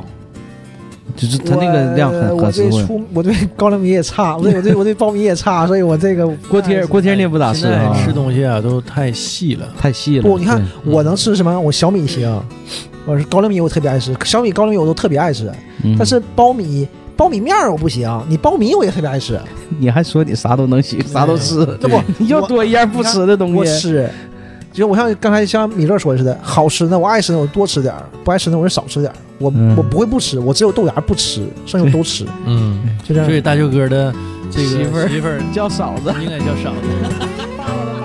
C: 就是它那个量很
B: 我我
C: 很实
B: 对
C: 惠。
B: 粗，我对高粱米也差，我对我对我对苞米也差，所以我这个
C: 锅贴锅贴你也不咋吃
A: 现在
C: 啊，
A: 吃东西啊都太细了。
C: 太细了。
B: 不，你看
C: 对
B: 哎我能吃什么？我小米行，我是高粱米我特别爱吃，小米高粱米我都特别爱吃，
C: 嗯
B: 但是苞米苞米面儿我不行，你苞米我也特别爱吃，
C: 你还说你啥都能行，啥都吃，
B: 这不
C: 你就多一样不吃的东
B: 我
C: 西。
B: 吃，就我像刚才像米勒说的似的，好吃呢我爱吃呢我多吃点儿，不爱吃呢我就少吃点儿。我、
C: 嗯
B: 我不会不吃，我只有豆芽不吃，剩下我都吃，
A: 嗯，
B: 就这样
A: 所。以大舅哥的这
C: 媳妇
A: 个
C: 儿
A: 媳妇儿
C: 叫嫂子。
A: 应该叫嫂子。
B: 爸爸的